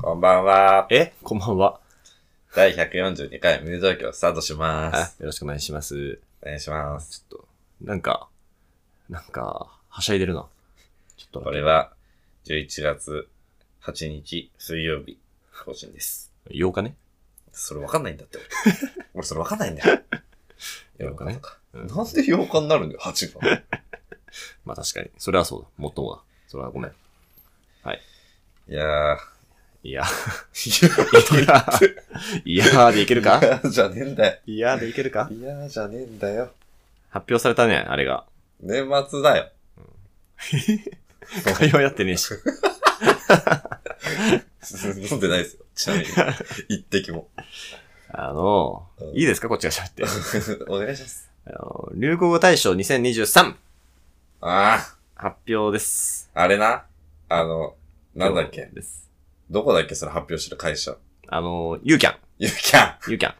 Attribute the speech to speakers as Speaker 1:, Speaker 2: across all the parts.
Speaker 1: こんばんは。
Speaker 2: えこんばんは。
Speaker 1: 第142回無造況スタートしま
Speaker 2: あ
Speaker 1: す。
Speaker 2: よろしくお願いします。
Speaker 1: お願いします。
Speaker 2: ちょっと、なんか、なんか、はしゃいでるな。ちょっと
Speaker 1: こ
Speaker 2: だけ
Speaker 1: れは、11月8日水曜日更新です。
Speaker 2: 8日ね。
Speaker 1: それわかんないんだ って。俺俺それわかんないんだよ。
Speaker 2: 8日ね
Speaker 1: とか
Speaker 2: う
Speaker 1: なんんで8日になるんだよ、8が。
Speaker 2: まあ確かに。それはそうだ。もっともだ。それはごめん。
Speaker 1: いや
Speaker 2: いや、
Speaker 1: ー。
Speaker 2: いやーでいけるか
Speaker 1: いやじゃねえんだよ。
Speaker 2: いやーでいけるか
Speaker 1: いやーじゃねえんだよ。
Speaker 2: 発表されたね、あれが。
Speaker 1: 年末だよ。
Speaker 2: 会話やってねえし。
Speaker 1: 飲んでないですよ。ちな みに。一滴 も。
Speaker 2: あの
Speaker 1: うん、
Speaker 2: いいですかこっちが喋って。
Speaker 1: お願いします。
Speaker 2: あの、流行語大賞2023
Speaker 1: あ
Speaker 2: 発表です。
Speaker 1: あ、あれな。あの、なんだっけ。
Speaker 2: です。
Speaker 1: どこだっけそれ発表してる会社。
Speaker 2: あの、ユーキャン。
Speaker 1: ユーキャ
Speaker 2: ユーキャン。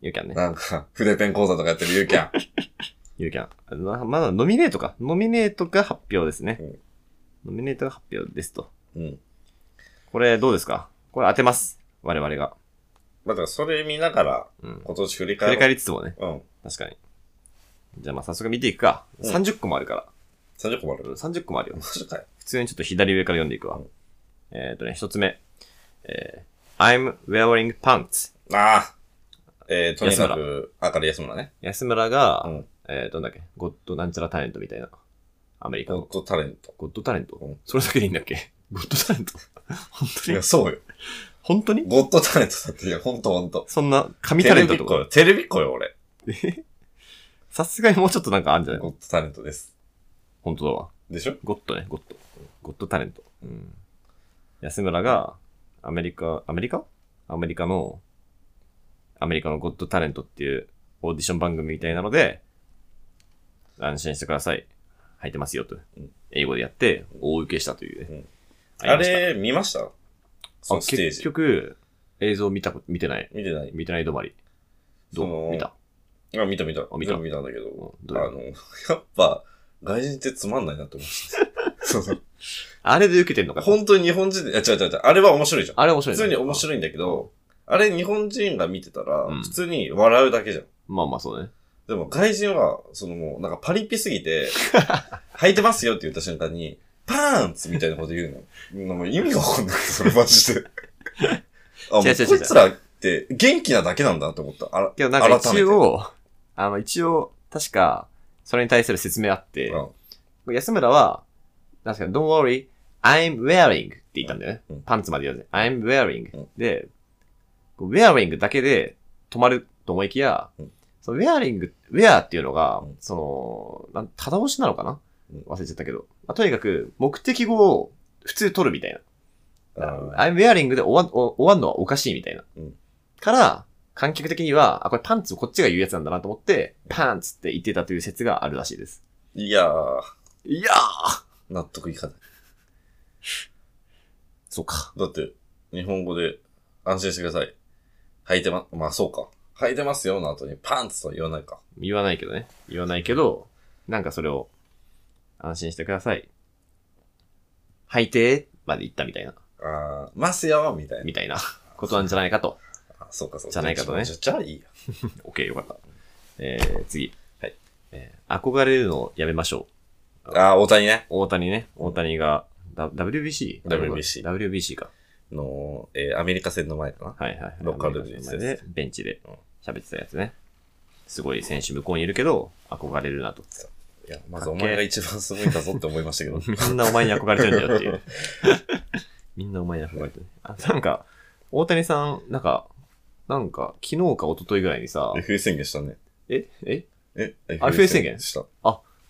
Speaker 2: ユーキャンね
Speaker 1: ン。。なんか、筆ペン講座とかやってるユーキャン。
Speaker 2: ユーキャン。あなまだノミネートか。ノミネートが発表ですね。
Speaker 1: うん
Speaker 2: ノミネートが発表ですと。
Speaker 1: うん。
Speaker 2: これどうですかこれ当てます。我々が。
Speaker 1: まあ、だからそれ見ながら、
Speaker 2: うん。
Speaker 1: 今年振り
Speaker 2: 振
Speaker 1: 返
Speaker 2: り
Speaker 1: ろう。
Speaker 2: 返りつつもね。
Speaker 1: うん。
Speaker 2: 確かに。じゃあまあ早速見ていくか。
Speaker 1: うん
Speaker 2: 30個もあるから。
Speaker 1: 30個もある
Speaker 2: うん、30個もあるよ
Speaker 1: マ。ジかよ。
Speaker 2: 普通にちょっと左上から読んでいくわ。
Speaker 1: うん
Speaker 2: えっ、とね、一つ目。えー、I'm wearing pants.
Speaker 1: ああ。えー、とにか
Speaker 2: 安
Speaker 1: く、あ、から安村ね。
Speaker 2: 安村が、
Speaker 1: うん
Speaker 2: えー、どんだっけゴッドなんちゃらタレントみたいな。アメリカ
Speaker 1: ゴ
Speaker 2: の
Speaker 1: ッ。ドタレント。
Speaker 2: ゴッドタレント、
Speaker 1: うん
Speaker 2: それだけでいいんだっけゴッドタレント 本
Speaker 1: い
Speaker 2: 当に
Speaker 1: や、そうよ。
Speaker 2: 本当に
Speaker 1: ゴッドタレントだって、いや、ほんとほんと。
Speaker 2: そんな、神タレント
Speaker 1: テレビ
Speaker 2: と
Speaker 1: っ子
Speaker 2: か。
Speaker 1: よ。テレビっ子よ、俺。
Speaker 2: さすがにもうちょっとなんかあるんじゃない
Speaker 1: ゴッドタレントです。
Speaker 2: 本当だわ。
Speaker 1: でしょ
Speaker 2: ゴッドね、ゴッド。ゴッドタレント。うん。安村が、アメリカ、アメリカアメリカの、アメリカのゴッドタレントっていうオーディション番組みたいなので、安心してください。入ってますよと
Speaker 1: うん。
Speaker 2: 英語でやって、大受けしたというね。
Speaker 1: うん
Speaker 2: り
Speaker 1: あ
Speaker 2: ました
Speaker 1: れ、見ましたそ
Speaker 2: あ
Speaker 1: のステー
Speaker 2: 結
Speaker 1: ジ。
Speaker 2: 局、映像見たこと、見てない。
Speaker 1: 見てない
Speaker 2: 見てない止まり。
Speaker 1: そ
Speaker 2: ど
Speaker 1: の
Speaker 2: う見た
Speaker 1: あ、見た見た。
Speaker 2: 見た
Speaker 1: 全部見たんだけど。
Speaker 2: うんどう
Speaker 1: あの、やっぱ、外人ってつまんないなって 思いました。そうそう。
Speaker 2: あれで受けてんのか
Speaker 1: 本当に日本人で、いや違う違う違う、あれは面白いじゃん。
Speaker 2: あれ面白
Speaker 1: 普
Speaker 2: い、
Speaker 1: 通に面白いんだけど、あれ日本人が見てたら
Speaker 2: うん、
Speaker 1: 普通に笑うだけじゃん。
Speaker 2: まあまあそうね。
Speaker 1: でも外人は、そのもう、なんかパリピすぎ て、履いてますよって言った瞬間に、パンツみたいなこと言うの。なんか意味がわかんない、それマジで。あ、もうこ
Speaker 2: 違う
Speaker 1: い
Speaker 2: 違う違う
Speaker 1: つらって元気なだけなんだと思った。あら、
Speaker 2: けどなんか
Speaker 1: 改めて
Speaker 2: 一応、あの一応、確か、それに対する説明あって、
Speaker 1: う
Speaker 2: 安村は、確かに、don't worry, I'm wearing って言ったんだよね。
Speaker 1: うん
Speaker 2: パンツまで言わずに、I'm wearing、
Speaker 1: うん
Speaker 2: で、こう wearing だけで止まると思いきや、
Speaker 1: うん
Speaker 2: その wearing、wear っていうのが、
Speaker 1: うん
Speaker 2: その、なんただ押しなのかな
Speaker 1: うん
Speaker 2: 忘れちゃったけど。まあ、とにかく、目的語を普通取るみたいな。
Speaker 1: ん。あ
Speaker 2: I'm wearing で終わんお終わんのはおかしいみたいな。
Speaker 1: うん
Speaker 2: から、観客的には、あ、これパンツこっちが言うやつなんだなと思って、パンツって言ってたという説があるらしいです。
Speaker 1: いやー、
Speaker 2: いやー
Speaker 1: 納得いかない。
Speaker 2: そうか。
Speaker 1: だって、日本語で、安心してください。履いてま、まあそうか。履いてますよの後にパンツとは言わないか。
Speaker 2: 言わないけどね。言わないけど、なんかそれを、安心してください。履いてまで言ったみたいな、
Speaker 1: あー、ますよみたいな。
Speaker 2: みたいなことなんじゃないかと。
Speaker 1: あ、そうかそうか。
Speaker 2: じゃないかとね
Speaker 1: じゃ、じゃあいいや。
Speaker 2: OK、よかった。えー、次。
Speaker 1: はい。
Speaker 2: えー、憧れるのをやめましょう。
Speaker 1: あー、大谷ね。
Speaker 2: 大谷ね。大谷が、だ WBC?WBC
Speaker 1: WBC
Speaker 2: WBC か。
Speaker 1: の、えー、アメリカ戦の前かな。
Speaker 2: はいはいはい。
Speaker 1: ロッカールームで
Speaker 2: アメリカ戦で、ベンチで
Speaker 1: うん
Speaker 2: 喋ってたやつね。すごい選手向こうにいるけど、憧れるなと。
Speaker 1: いや、まずお前が一番すごいんだぞって思いましたけど。
Speaker 2: みんなお前に憧れてるんだよって いう。みんなお前に憧れてる。あ、なんか、大谷さん、なんか、なんか、昨日か一昨日ぐらいにさ、
Speaker 1: FA 宣言したね。
Speaker 2: え、え
Speaker 1: え、
Speaker 2: あ FA 宣言
Speaker 1: した。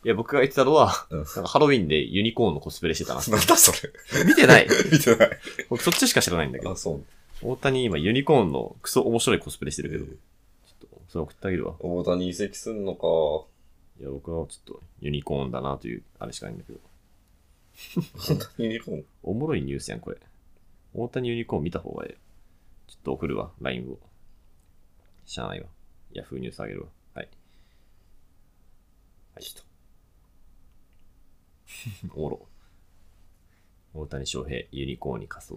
Speaker 2: いや、僕が言ってたのは、
Speaker 1: うん
Speaker 2: なんかハロウィンでユニコーンのコスプレしてたな。
Speaker 1: なんだそれ
Speaker 2: 見てない
Speaker 1: 見てない。
Speaker 2: 僕そっちしか知らないんだけど
Speaker 1: あ、。そう。
Speaker 2: 大谷今ユニコーンのクソ面白いコスプレしてるけど、
Speaker 1: うん
Speaker 2: ちょっと、それ送ってあげるわ。
Speaker 1: 大谷移籍すんのか。
Speaker 2: いや、僕はちょっとユニコーンだなという、あれしかないんだけど。
Speaker 1: ユニコーン。
Speaker 2: おもろいニュースやん、これ。大谷ユニコーン見た方がええ。ちょっと送るわ、LINE を。しゃあないわ。ヤフーニュースあげるわ。はい。はい、ちょっと。おもろ。大谷翔平、ユニコーンに仮装。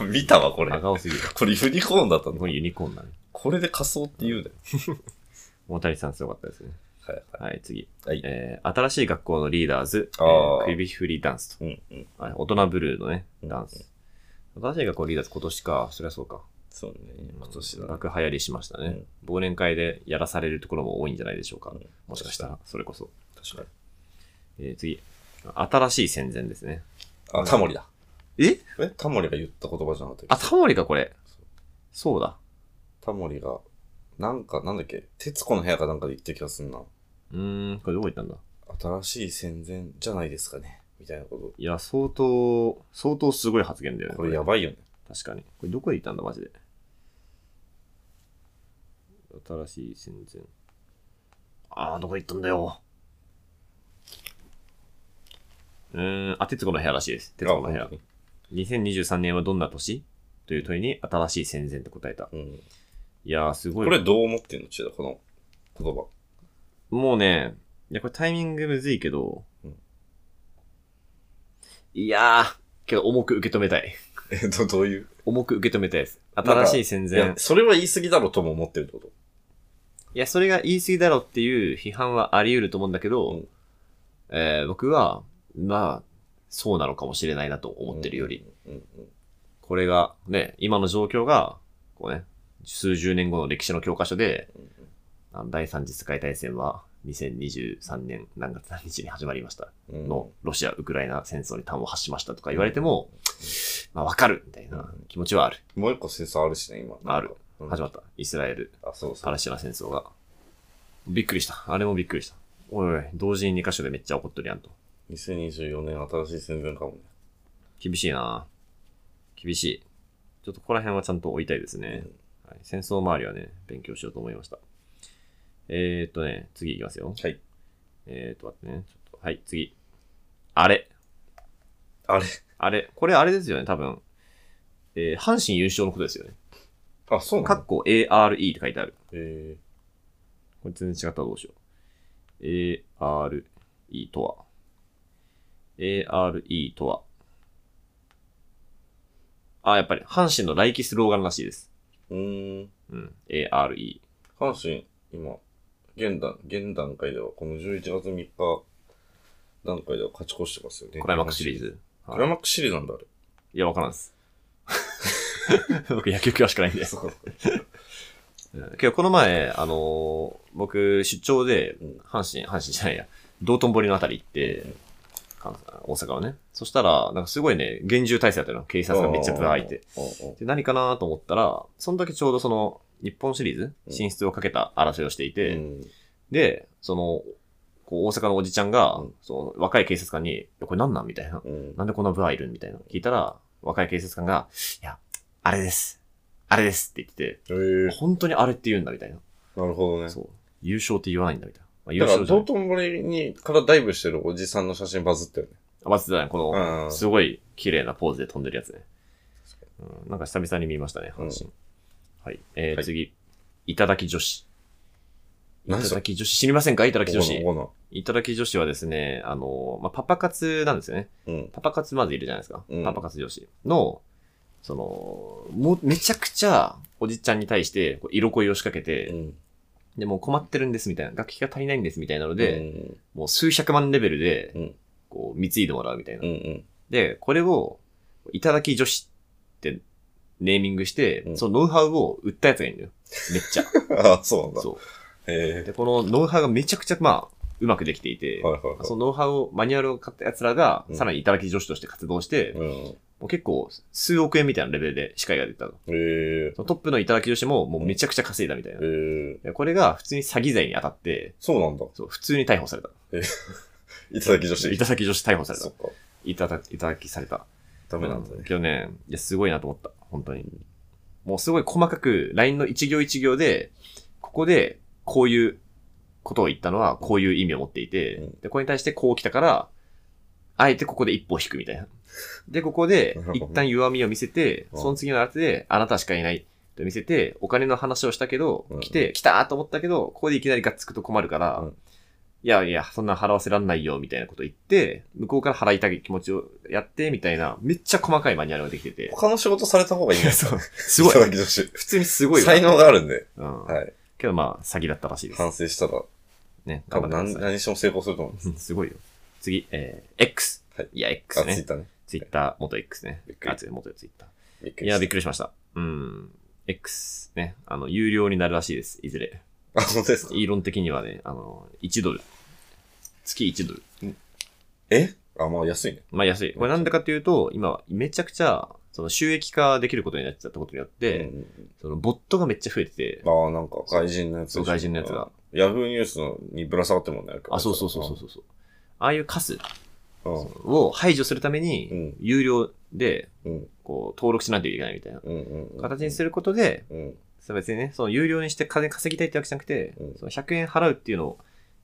Speaker 1: あ見たわ、これ。
Speaker 2: 長尾すぎる。
Speaker 1: これユニコーンだった
Speaker 2: 日
Speaker 1: の
Speaker 2: 本ユニコーンだね。
Speaker 1: これで仮想って言うね。
Speaker 2: 大谷さんすごかったですね。
Speaker 1: はいはい。
Speaker 2: はい、次。
Speaker 1: はい
Speaker 2: えー新しい学校のリーダーズ、え
Speaker 1: あー
Speaker 2: ー、首振りダンス
Speaker 1: うんうん。
Speaker 2: と。はい、大人ブルーのね、
Speaker 1: うん
Speaker 2: ダンス。新しい学校リーダーズ今年か、そりゃそうか。
Speaker 1: そうね、今年だな。
Speaker 2: 学流行りしましたね、忘年会でやらされるところも多いんじゃないでしょうか。
Speaker 1: うん
Speaker 2: もしかしたら、それこそ。
Speaker 1: 確かに。
Speaker 2: えー次。新しい戦前ですね。
Speaker 1: あ、タモリだ。
Speaker 2: え
Speaker 1: えタモリが言った言葉じゃなかったっ
Speaker 2: あ、
Speaker 1: け
Speaker 2: タモリか、これ。そうだ。
Speaker 1: タモリが、なんか、なんだっけ、徹子の部屋かなんかで言った気がすんな。
Speaker 2: うーん、これどこ行ったんだ
Speaker 1: 新しい戦前じゃないですかね。みたいなこ
Speaker 2: いや、相当、相当すごい発言だよ
Speaker 1: と。
Speaker 2: ね。
Speaker 1: これやばいよね。
Speaker 2: 確かに。これどこへ行ったんだ、マジで。新しい戦前。ああ、どこ行ったんだよ。うーん、あ、徹子の部屋らしいです。徹子の部
Speaker 1: あ
Speaker 2: 屋
Speaker 1: 本当。に
Speaker 2: 2023年はどんな年という問いに、新しい戦前って答えた。
Speaker 1: うん。
Speaker 2: いやー、すご
Speaker 1: こ
Speaker 2: い。
Speaker 1: れどう思ってんのちだ、この言葉。
Speaker 2: もうね、いや、これタイミングむずいけど、
Speaker 1: うん
Speaker 2: いやー、けど重く受け止めたい。
Speaker 1: えっと、どういう
Speaker 2: 重く受け止めたいです。
Speaker 1: んか
Speaker 2: 新しい戦
Speaker 1: い
Speaker 2: 前。
Speaker 1: や、それは言い過ぎだろうとも思ってるってこと。
Speaker 2: いや、それが言い過ぎだろっていう批判はあり得ると思うんだけど、
Speaker 1: うん
Speaker 2: えー僕は、まあ、そうなのかもしれないなと思ってるより、
Speaker 1: うん。うんうん
Speaker 2: これが、ね、今の状況が、こうね、数十年後の歴史の教科書で、
Speaker 1: うんうん
Speaker 2: あの第三次世界大戦は2023年何月何日に始まりました
Speaker 1: うん
Speaker 2: の、ロシア・ウクライナ戦争に端を発しましたとか言われても、まあ、わかるみたいな気持ちはある。
Speaker 1: もう一個戦争あるしね、今。
Speaker 2: ある。
Speaker 1: うん
Speaker 2: 始まった。イスラエル
Speaker 1: あ、そうそ
Speaker 2: パ
Speaker 1: う。
Speaker 2: レスチナ戦争が。びっくりした。あれもびっくりした。おいおい、同時に2箇所でめっちゃ怒っとるやんと。
Speaker 1: 2024年新しい戦前かもね。
Speaker 2: 厳しいな厳しい。ちょっとここら辺はちゃんと追いたいですね。はい、戦争周りはね、勉強しようと思いました。えー、っとね、次いきますよ。
Speaker 1: はい。
Speaker 2: えー、っと、待ってね。ちょっと、はい、次。あれ。
Speaker 1: あれ
Speaker 2: あれ。これあれですよね、多分。えー、阪神優勝のことですよね。
Speaker 1: あ、そうな
Speaker 2: か
Speaker 1: の
Speaker 2: っこ ARE って書いてある。
Speaker 1: え
Speaker 2: これ全然違ったらどうしよう。ARE とは ?ARE とはあ、やっぱり、阪神の来季スローガンらしいです。
Speaker 1: ー、うーん。
Speaker 2: うん。ARE。
Speaker 1: 阪神、今、現段、現段階では、この11月3日段階では勝ち越してますよね。
Speaker 2: クライマックスシリーズ。
Speaker 1: クライマックスシリーズなんだ、あれ。
Speaker 2: いや、わから んです。僕、野球詳しくないんで。
Speaker 1: そうか。
Speaker 2: うんけど、この前、あのー僕、出張で
Speaker 1: うん、
Speaker 2: 阪神、阪神じゃないや、道頓堀のあたり行って、関大阪はね。そしたら、なんかすごいね、厳重体制だったの。警察がめっちゃブワーいて。
Speaker 1: あー。あーあー
Speaker 2: で、何かなと思ったら、その時ちょうどその、日本シリーズ
Speaker 1: うん
Speaker 2: 進出をかけた争いをしていて、
Speaker 1: うん
Speaker 2: で、その、こう大阪のおじちゃんが、
Speaker 1: うん
Speaker 2: その若い警察官に、いやこれなんなんみたいな。
Speaker 1: うん。
Speaker 2: なんでこんな部はいるんみたいな。聞いたら、若い警察官が、いや、あれです。あれですって言って
Speaker 1: ええ
Speaker 2: て、本当にあれって言うんだみたいな。
Speaker 1: なるほどね。
Speaker 2: そう。優勝って言わないんだみたいな。まあ、優
Speaker 1: だから、
Speaker 2: 勝じゃな
Speaker 1: 道
Speaker 2: い。
Speaker 1: 頓堀にからダイブしてるおじさんの写真バズったよね。
Speaker 2: あ、まずだね、この、
Speaker 1: うん。
Speaker 2: すごい綺麗なポーズで飛んでるやつね。うん、なんか久々に見ましたね、阪神。はい。えー
Speaker 1: はい
Speaker 2: 次。いただき女子。いた
Speaker 1: 何それ
Speaker 2: だき女子、知りませんかいただき女子。
Speaker 1: ここ
Speaker 2: いただき女子はですね、あの、まあ、パパ活なんですよね。
Speaker 1: のうん。
Speaker 2: パパ活まずいるじゃないですか。
Speaker 1: うん
Speaker 2: パパ活女子の、その、もう、めちゃくちゃ、おじちゃんに対して、こう色恋を仕掛けて、
Speaker 1: うん。
Speaker 2: で、もう困ってるんですみたいな、楽器が足りないんですみたいなので、
Speaker 1: うん、
Speaker 2: もう数百万レベルで、
Speaker 1: うん
Speaker 2: こう、貢いでもらうみたいな。
Speaker 1: うん、うん。
Speaker 2: で、これを、いただき女子ってネーミングして、
Speaker 1: うん
Speaker 2: そのノウハウを売ったやつがいるんだよ。めっちゃ。
Speaker 1: あ あ、そうなんだ。
Speaker 2: そ
Speaker 1: へ
Speaker 2: う。で、このノウハウがめちゃくちゃ、まあ、うまくできてい
Speaker 1: え
Speaker 2: て、
Speaker 1: はいはいはい。
Speaker 2: そのノウハウを、マニュアルを買った奴らが
Speaker 1: う、ん
Speaker 2: さらにいただき女子として活動して、も
Speaker 1: うん。
Speaker 2: う結構、数億円みたいなレベルで司会が出たの。
Speaker 1: ええ
Speaker 2: そのトップのいただき女子も、もうめちゃくちゃ稼いだみたいな。
Speaker 1: ええ
Speaker 2: でこれが普通に詐欺罪に当たって、
Speaker 1: そうなんだ。
Speaker 2: そう普通に逮捕された。
Speaker 1: いただき女子。
Speaker 2: いただき女子逮捕され
Speaker 1: そ
Speaker 2: た
Speaker 1: っ。か。
Speaker 2: いただき、いただきされた。
Speaker 1: ダメなんだね。
Speaker 2: けどね、いや、すごいなと思った。本当に。もうすごい細かく、LINE の一行一行で、ここで、こういうことを言ったのは、こういう意味を持っていて、
Speaker 1: うん
Speaker 2: で、これに対してこう来たから、あえてここで一歩引くみたいな。で、ここで
Speaker 1: なる、ほど
Speaker 2: 一旦弱みを見せて、
Speaker 1: うん
Speaker 2: その次のあてで、あなたしかいないと見せて、お金の話をしたけど
Speaker 1: う、ん
Speaker 2: 来て、来たーと思ったけど、ここでいきなりがっつくと困るから、
Speaker 1: うん
Speaker 2: いやいや、そんな払わせらんないよ、みたいなこと言って、向こうから払いたい気持ちをやって、みたいな、めっちゃ細かいマニュアルができてて、
Speaker 1: 他の仕事された方がいいんじゃない ですか。
Speaker 2: すごい
Speaker 1: いた。だき女子。
Speaker 2: 普通にすごいわ
Speaker 1: 才能があるんで、
Speaker 2: うん。
Speaker 1: はい。
Speaker 2: けどまあ、詐欺だったらしいです。
Speaker 1: 反省したら、
Speaker 2: ね、
Speaker 1: 多
Speaker 2: 頑張
Speaker 1: 分
Speaker 2: っ
Speaker 1: 何
Speaker 2: てください
Speaker 1: 何しても成功すると思うんです。
Speaker 2: うん。すごいよ。次、えー、X。
Speaker 1: はい。
Speaker 2: いや、
Speaker 1: あ、
Speaker 2: X
Speaker 1: つい
Speaker 2: ね。
Speaker 1: たね。
Speaker 2: ツイッター、元 X ね
Speaker 1: びっ。くり
Speaker 2: あ、つ元ツイッタ
Speaker 1: びっく
Speaker 2: ー。
Speaker 1: り
Speaker 2: いや、びっ
Speaker 1: く
Speaker 2: くりしました。うん。X ね。あの、有料になるらしいです。いずれ。
Speaker 1: り。あ、本当ですか
Speaker 2: イーロン的にはね、あの、1ドル。月1ドル。
Speaker 1: えあ、まあ安いね。
Speaker 2: まあ安い。これなんでかっていうと、今、めちゃくちゃ、その収益化できることになっちゃったことによって、
Speaker 1: うんうん
Speaker 2: そのボットがめっちゃ増えてて、
Speaker 1: ああ、なんか外人のやつ。
Speaker 2: そう外人のやつが。
Speaker 1: ヤフーニュースのにぶら下がってるもんね。
Speaker 2: あ、そうそうそうそうそうそう。ああいうカス
Speaker 1: うん。うん。
Speaker 2: を排除するため
Speaker 1: う
Speaker 2: に
Speaker 1: ん、
Speaker 2: 有料で、
Speaker 1: うん。
Speaker 2: こう、登録しないといけないみたいな
Speaker 1: うん。うん。
Speaker 2: 形にすることで、
Speaker 1: うん。
Speaker 2: そう別にね、その有料にして金稼ぎたいってわけじゃなくて、
Speaker 1: うん
Speaker 2: その100円払うっていうのを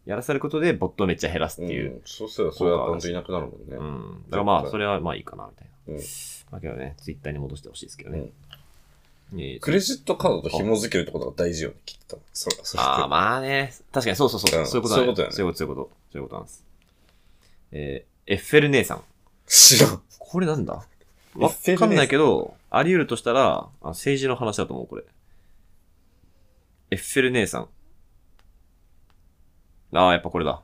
Speaker 2: やらされることで、ボットをめっちゃ減らすっていう。
Speaker 1: ん。そうしたらそれは本当いなくなるもんね。
Speaker 2: うん。だからまあ、それはまあいいかな、みたいな。
Speaker 1: うん
Speaker 2: まあけどね、ツイッターに戻してほしいですけどね。えー
Speaker 1: クレジットカードと紐付けるってことが大事よね、きっと。そそれ
Speaker 2: ああ、まあね。確かに、そうそうそう。
Speaker 1: うん
Speaker 2: そういうこと
Speaker 1: そういうことだよね
Speaker 2: そういうこと、そういうこと。そういうことなんです。えーエッフェル姉さん。
Speaker 1: 知らん。
Speaker 2: これなんだ
Speaker 1: エッ
Speaker 2: わ
Speaker 1: フェル姉さん
Speaker 2: かんないけど、あり得るとしたら、あ政治の話だと思う、これ。エッフェル姉さん。ああ、やっぱこれだ。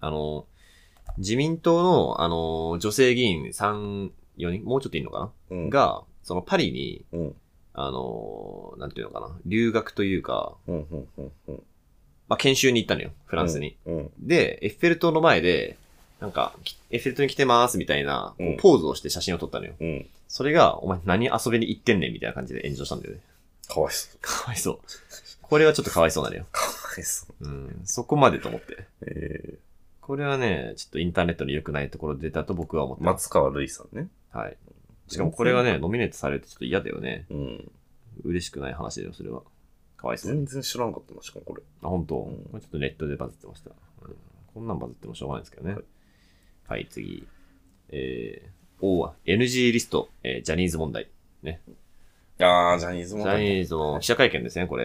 Speaker 2: あの、自民党の、あの、女性議員3、4人、もうちょっといいのか
Speaker 1: うん。
Speaker 2: な、が、そのパリに、
Speaker 1: うん。
Speaker 2: あの、なんていうのかな、留学というか、
Speaker 1: うん。うん。うん。うん。
Speaker 2: まあ、研修に行ったのよ、フランスに。
Speaker 1: うん。
Speaker 2: で、エッフェル塔の前で、なんか、きエッフェル塔に来てますみたいな、こう
Speaker 1: うん
Speaker 2: ポーズをして写真を撮ったのよ。
Speaker 1: うん。
Speaker 2: それが、お前何遊びに行ってんねんみたいな感じで炎上したんだよね。
Speaker 1: かわいそう。
Speaker 2: かわいそう。これはちょっとかわいそうなのよ。
Speaker 1: かわいそう。
Speaker 2: うん、そこまでと思って。
Speaker 1: え
Speaker 2: これはね、ちょっとインターネットの良くないところで出たと僕は思って
Speaker 1: ー、
Speaker 2: ます。
Speaker 1: 松川るいさんね。
Speaker 2: はい。しかもこれがね、ノミネートされてちょっと嫌だよね。
Speaker 1: うん。
Speaker 2: 嬉しくない話だよ、それは。かわいそう。
Speaker 1: 全然知らんかったな、しかもこれ。
Speaker 2: あ、本当。
Speaker 1: うん
Speaker 2: これちょっとネットでバズってました。うんこんなんバズってもしょうがないですけどね。は、
Speaker 1: はい
Speaker 2: 次。えー、O は NG リスト、えージャニーズ問題。
Speaker 1: あー、ジャニーズ
Speaker 2: ジ
Speaker 1: も
Speaker 2: ャニーズの記者会見ですね、これ。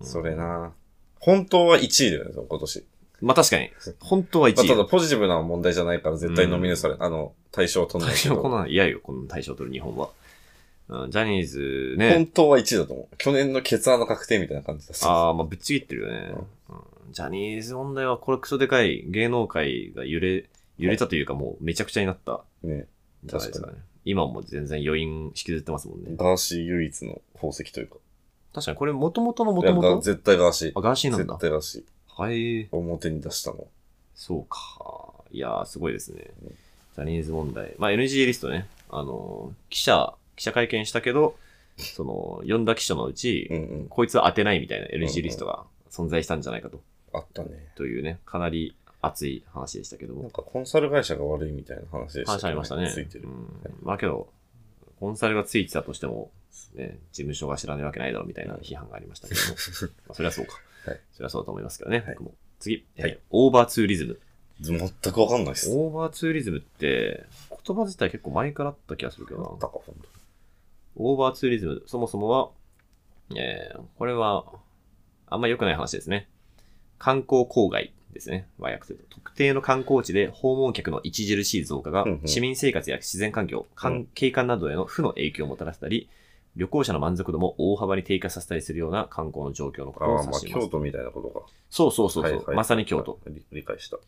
Speaker 2: うん
Speaker 1: それな本当は1位だよね、今年。
Speaker 2: まあ確かに。本当は1
Speaker 1: まあ、
Speaker 2: 位
Speaker 1: た。だポジティブな問題じゃないから絶対ノミネートされ、あの、対象は取んない
Speaker 2: 大
Speaker 1: け
Speaker 2: 賞
Speaker 1: ど。
Speaker 2: こんなの嫌よ、この大賞取る日本は。うん、ジャニーズ
Speaker 1: 本
Speaker 2: ね。
Speaker 1: 当は1位だと思う。去年のケツ穴確定みたいな感じだし。
Speaker 2: ああ、まあぶっちぎってるよね、うんジャニーズ問題はこれクソでかい芸能界が揺れ、揺れたというかもうめちゃくちゃになったん
Speaker 1: ね。
Speaker 2: じゃないですかね。今も全然余韻引きずってますもんね。
Speaker 1: ガーシー唯一の宝石というか。
Speaker 2: 確かにこれ元々の
Speaker 1: いや
Speaker 2: 元々
Speaker 1: 絶対ガーシー。
Speaker 2: あ、ガーシーなんだ
Speaker 1: 絶。対ガーシー。
Speaker 2: はい。
Speaker 1: 表に出したの。
Speaker 2: そうか。いやー、すごいですね。ジャニーズ問題。まあ NG リストね。あのー、記者、記者会見したけど、その、呼んだ記者のうち
Speaker 1: う、んうん。
Speaker 2: こいつは当てないみたいな
Speaker 1: うん
Speaker 2: NG リストが存在したんじゃないかと。
Speaker 1: あったね。
Speaker 2: というね、かなり熱い話でしたけど
Speaker 1: なん
Speaker 2: も。
Speaker 1: かコンサル会社が悪いみたいな話でした、
Speaker 2: 話ありましたね。
Speaker 1: ついてる
Speaker 2: う。ん。まあけど、コンサルがついてたとしても、ね、事務所が知らないわけないだろうみたいな批判がありましたけども。まあそりゃそうか。
Speaker 1: はい
Speaker 2: そりゃそうだと思いますけどね、
Speaker 1: はい
Speaker 2: 僕も。次、えー
Speaker 1: はい
Speaker 2: オーバーツーリズム。
Speaker 1: 全くわかんないっす。
Speaker 2: オーバーツーリズムって、言葉自体結構前からあった気がするけ
Speaker 1: あっ
Speaker 2: ど
Speaker 1: た
Speaker 2: な。
Speaker 1: か、ほんと。
Speaker 2: オーバーツーリズム、そもそもは、えー、これは、あんま良くない話ですね。観光郊外ですね。和訳すると。特定の観光地で訪問客の著しい増加が
Speaker 1: うんう、ん
Speaker 2: 市民生活や自然環境、かん
Speaker 1: うん
Speaker 2: 景観などへの負の影響をもたらしたり、旅行者の満足度も大幅に低下させたりするような観光の状況のこ
Speaker 1: あ
Speaker 2: とを
Speaker 1: あ、
Speaker 2: 指
Speaker 1: まあ、
Speaker 2: します。
Speaker 1: 京都みたいなことか。
Speaker 2: そうそうそうそう、
Speaker 1: はいはい
Speaker 2: まさに京都。。
Speaker 1: 理理解した。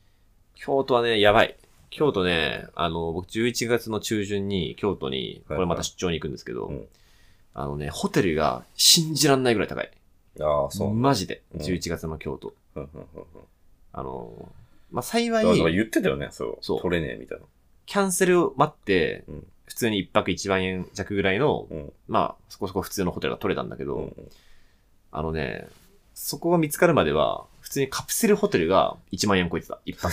Speaker 2: 京都はね、やばい。京都ね、あの、僕11月の中旬に京都に、こ
Speaker 1: はいはい
Speaker 2: れまた出張に行くんですけど、
Speaker 1: うん
Speaker 2: あのね、ホテルが信じらんないぐらい高い。
Speaker 1: ああ、そう。
Speaker 2: マジで。
Speaker 1: うん
Speaker 2: 11月の京都。
Speaker 1: うんうんうんうん
Speaker 2: あの、まあ、幸
Speaker 1: だからだから
Speaker 2: い、
Speaker 1: 言ってたよね、そう。
Speaker 2: そう
Speaker 1: 取れねえみたいな。
Speaker 2: キャンセルを待って、
Speaker 1: うん
Speaker 2: 普通に一泊一万円弱ぐらいの、
Speaker 1: うん
Speaker 2: まあ、そこそこ普通のホテルが取れたんだけど、
Speaker 1: うんうん
Speaker 2: あのね、そこが見つかるまでは、普通にカプセルホテルが1万円超えてた。一泊。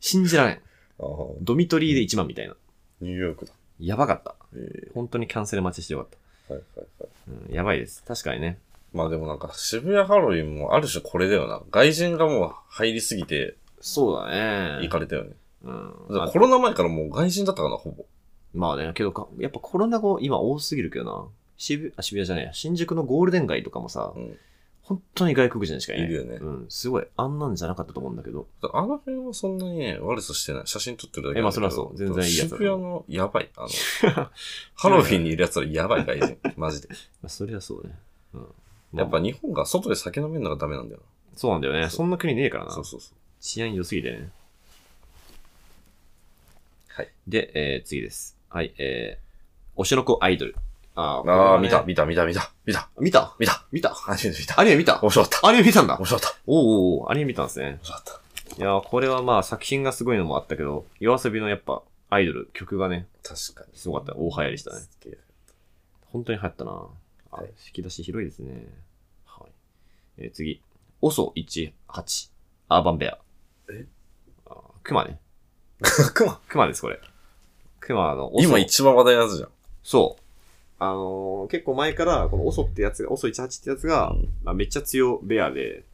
Speaker 2: 信じられん。
Speaker 1: ああ、
Speaker 2: ドミトリーで1万みたいな。
Speaker 1: ニューヨークだ。
Speaker 2: やばかった。
Speaker 1: ええ
Speaker 2: 本当にキャンセル待ちしてよかった。
Speaker 1: はいはいはい。
Speaker 2: うん、やばいです。確かにね。
Speaker 1: まあでもなんか渋谷ハロウィンもある種これだよな。外人がもう入りすぎて
Speaker 2: そうだ
Speaker 1: 行
Speaker 2: ね。
Speaker 1: かれたよね。
Speaker 2: うん、
Speaker 1: だか
Speaker 2: ま
Speaker 1: ら
Speaker 2: あ
Speaker 1: コロナ前からもう外人だったかな、ほぼ。
Speaker 2: まあね、けどか、やっぱコロナ後今多すぎるけどな。渋、あ、渋谷じゃないや。新宿のゴールデン街とかもさ、
Speaker 1: うん
Speaker 2: 本当に外国人しかいない。
Speaker 1: いるよね
Speaker 2: うん。すごい。あんなんじゃなかったと思うんだけど。
Speaker 1: あの辺はそんなにね、悪さしてない。写真撮ってるだけなんだけど
Speaker 2: えまあそりゃそう全然いいやつだ
Speaker 1: 渋谷の、やばい。あの、 ハロウィンにいるやつらやばい外人。マジで。
Speaker 2: まあそりゃそうね。うん。
Speaker 1: やっぱ
Speaker 2: まあ
Speaker 1: 日本が外で酒飲めるのがダメなんだよ
Speaker 2: そうなんだよね。そんな国ねえから
Speaker 1: な。
Speaker 2: な。
Speaker 1: そうそうそう。
Speaker 2: 治安良すぎてね。
Speaker 1: はい。
Speaker 2: で、えー、次です。はい、えー、推しの子アイドル。あー
Speaker 1: ああ、見。た、
Speaker 2: これはね
Speaker 1: 見た、見た、見た、見た、
Speaker 2: 見た
Speaker 1: 見た。
Speaker 2: 見た
Speaker 1: 初めて見た。
Speaker 2: アニメ見た
Speaker 1: 面白かった。
Speaker 2: アニメ見たんだ
Speaker 1: 面白かった。
Speaker 2: おうおうおうアニメ見たんですね。
Speaker 1: 面白かった。
Speaker 2: いやー、これはまあ作品がすごいのもあったけど、夜遊びのやっぱアイドル、曲がね、
Speaker 1: 確かに。
Speaker 2: すごかった。大流行りしたね。
Speaker 1: すげえ。
Speaker 2: 本当に流行ったな。あ、
Speaker 1: はい
Speaker 2: 引き出し広いですね。はい。えー次。OSO18。アーバンベア。
Speaker 1: え
Speaker 2: あクマね。
Speaker 1: クマ
Speaker 2: クマです、これ。クマの OSO
Speaker 1: 今一番話題のやつじゃん。
Speaker 2: そう。あのー結構前から、この OSO ってやつが、OSO18 ってやつが、まあ、めっちゃ強ベアで、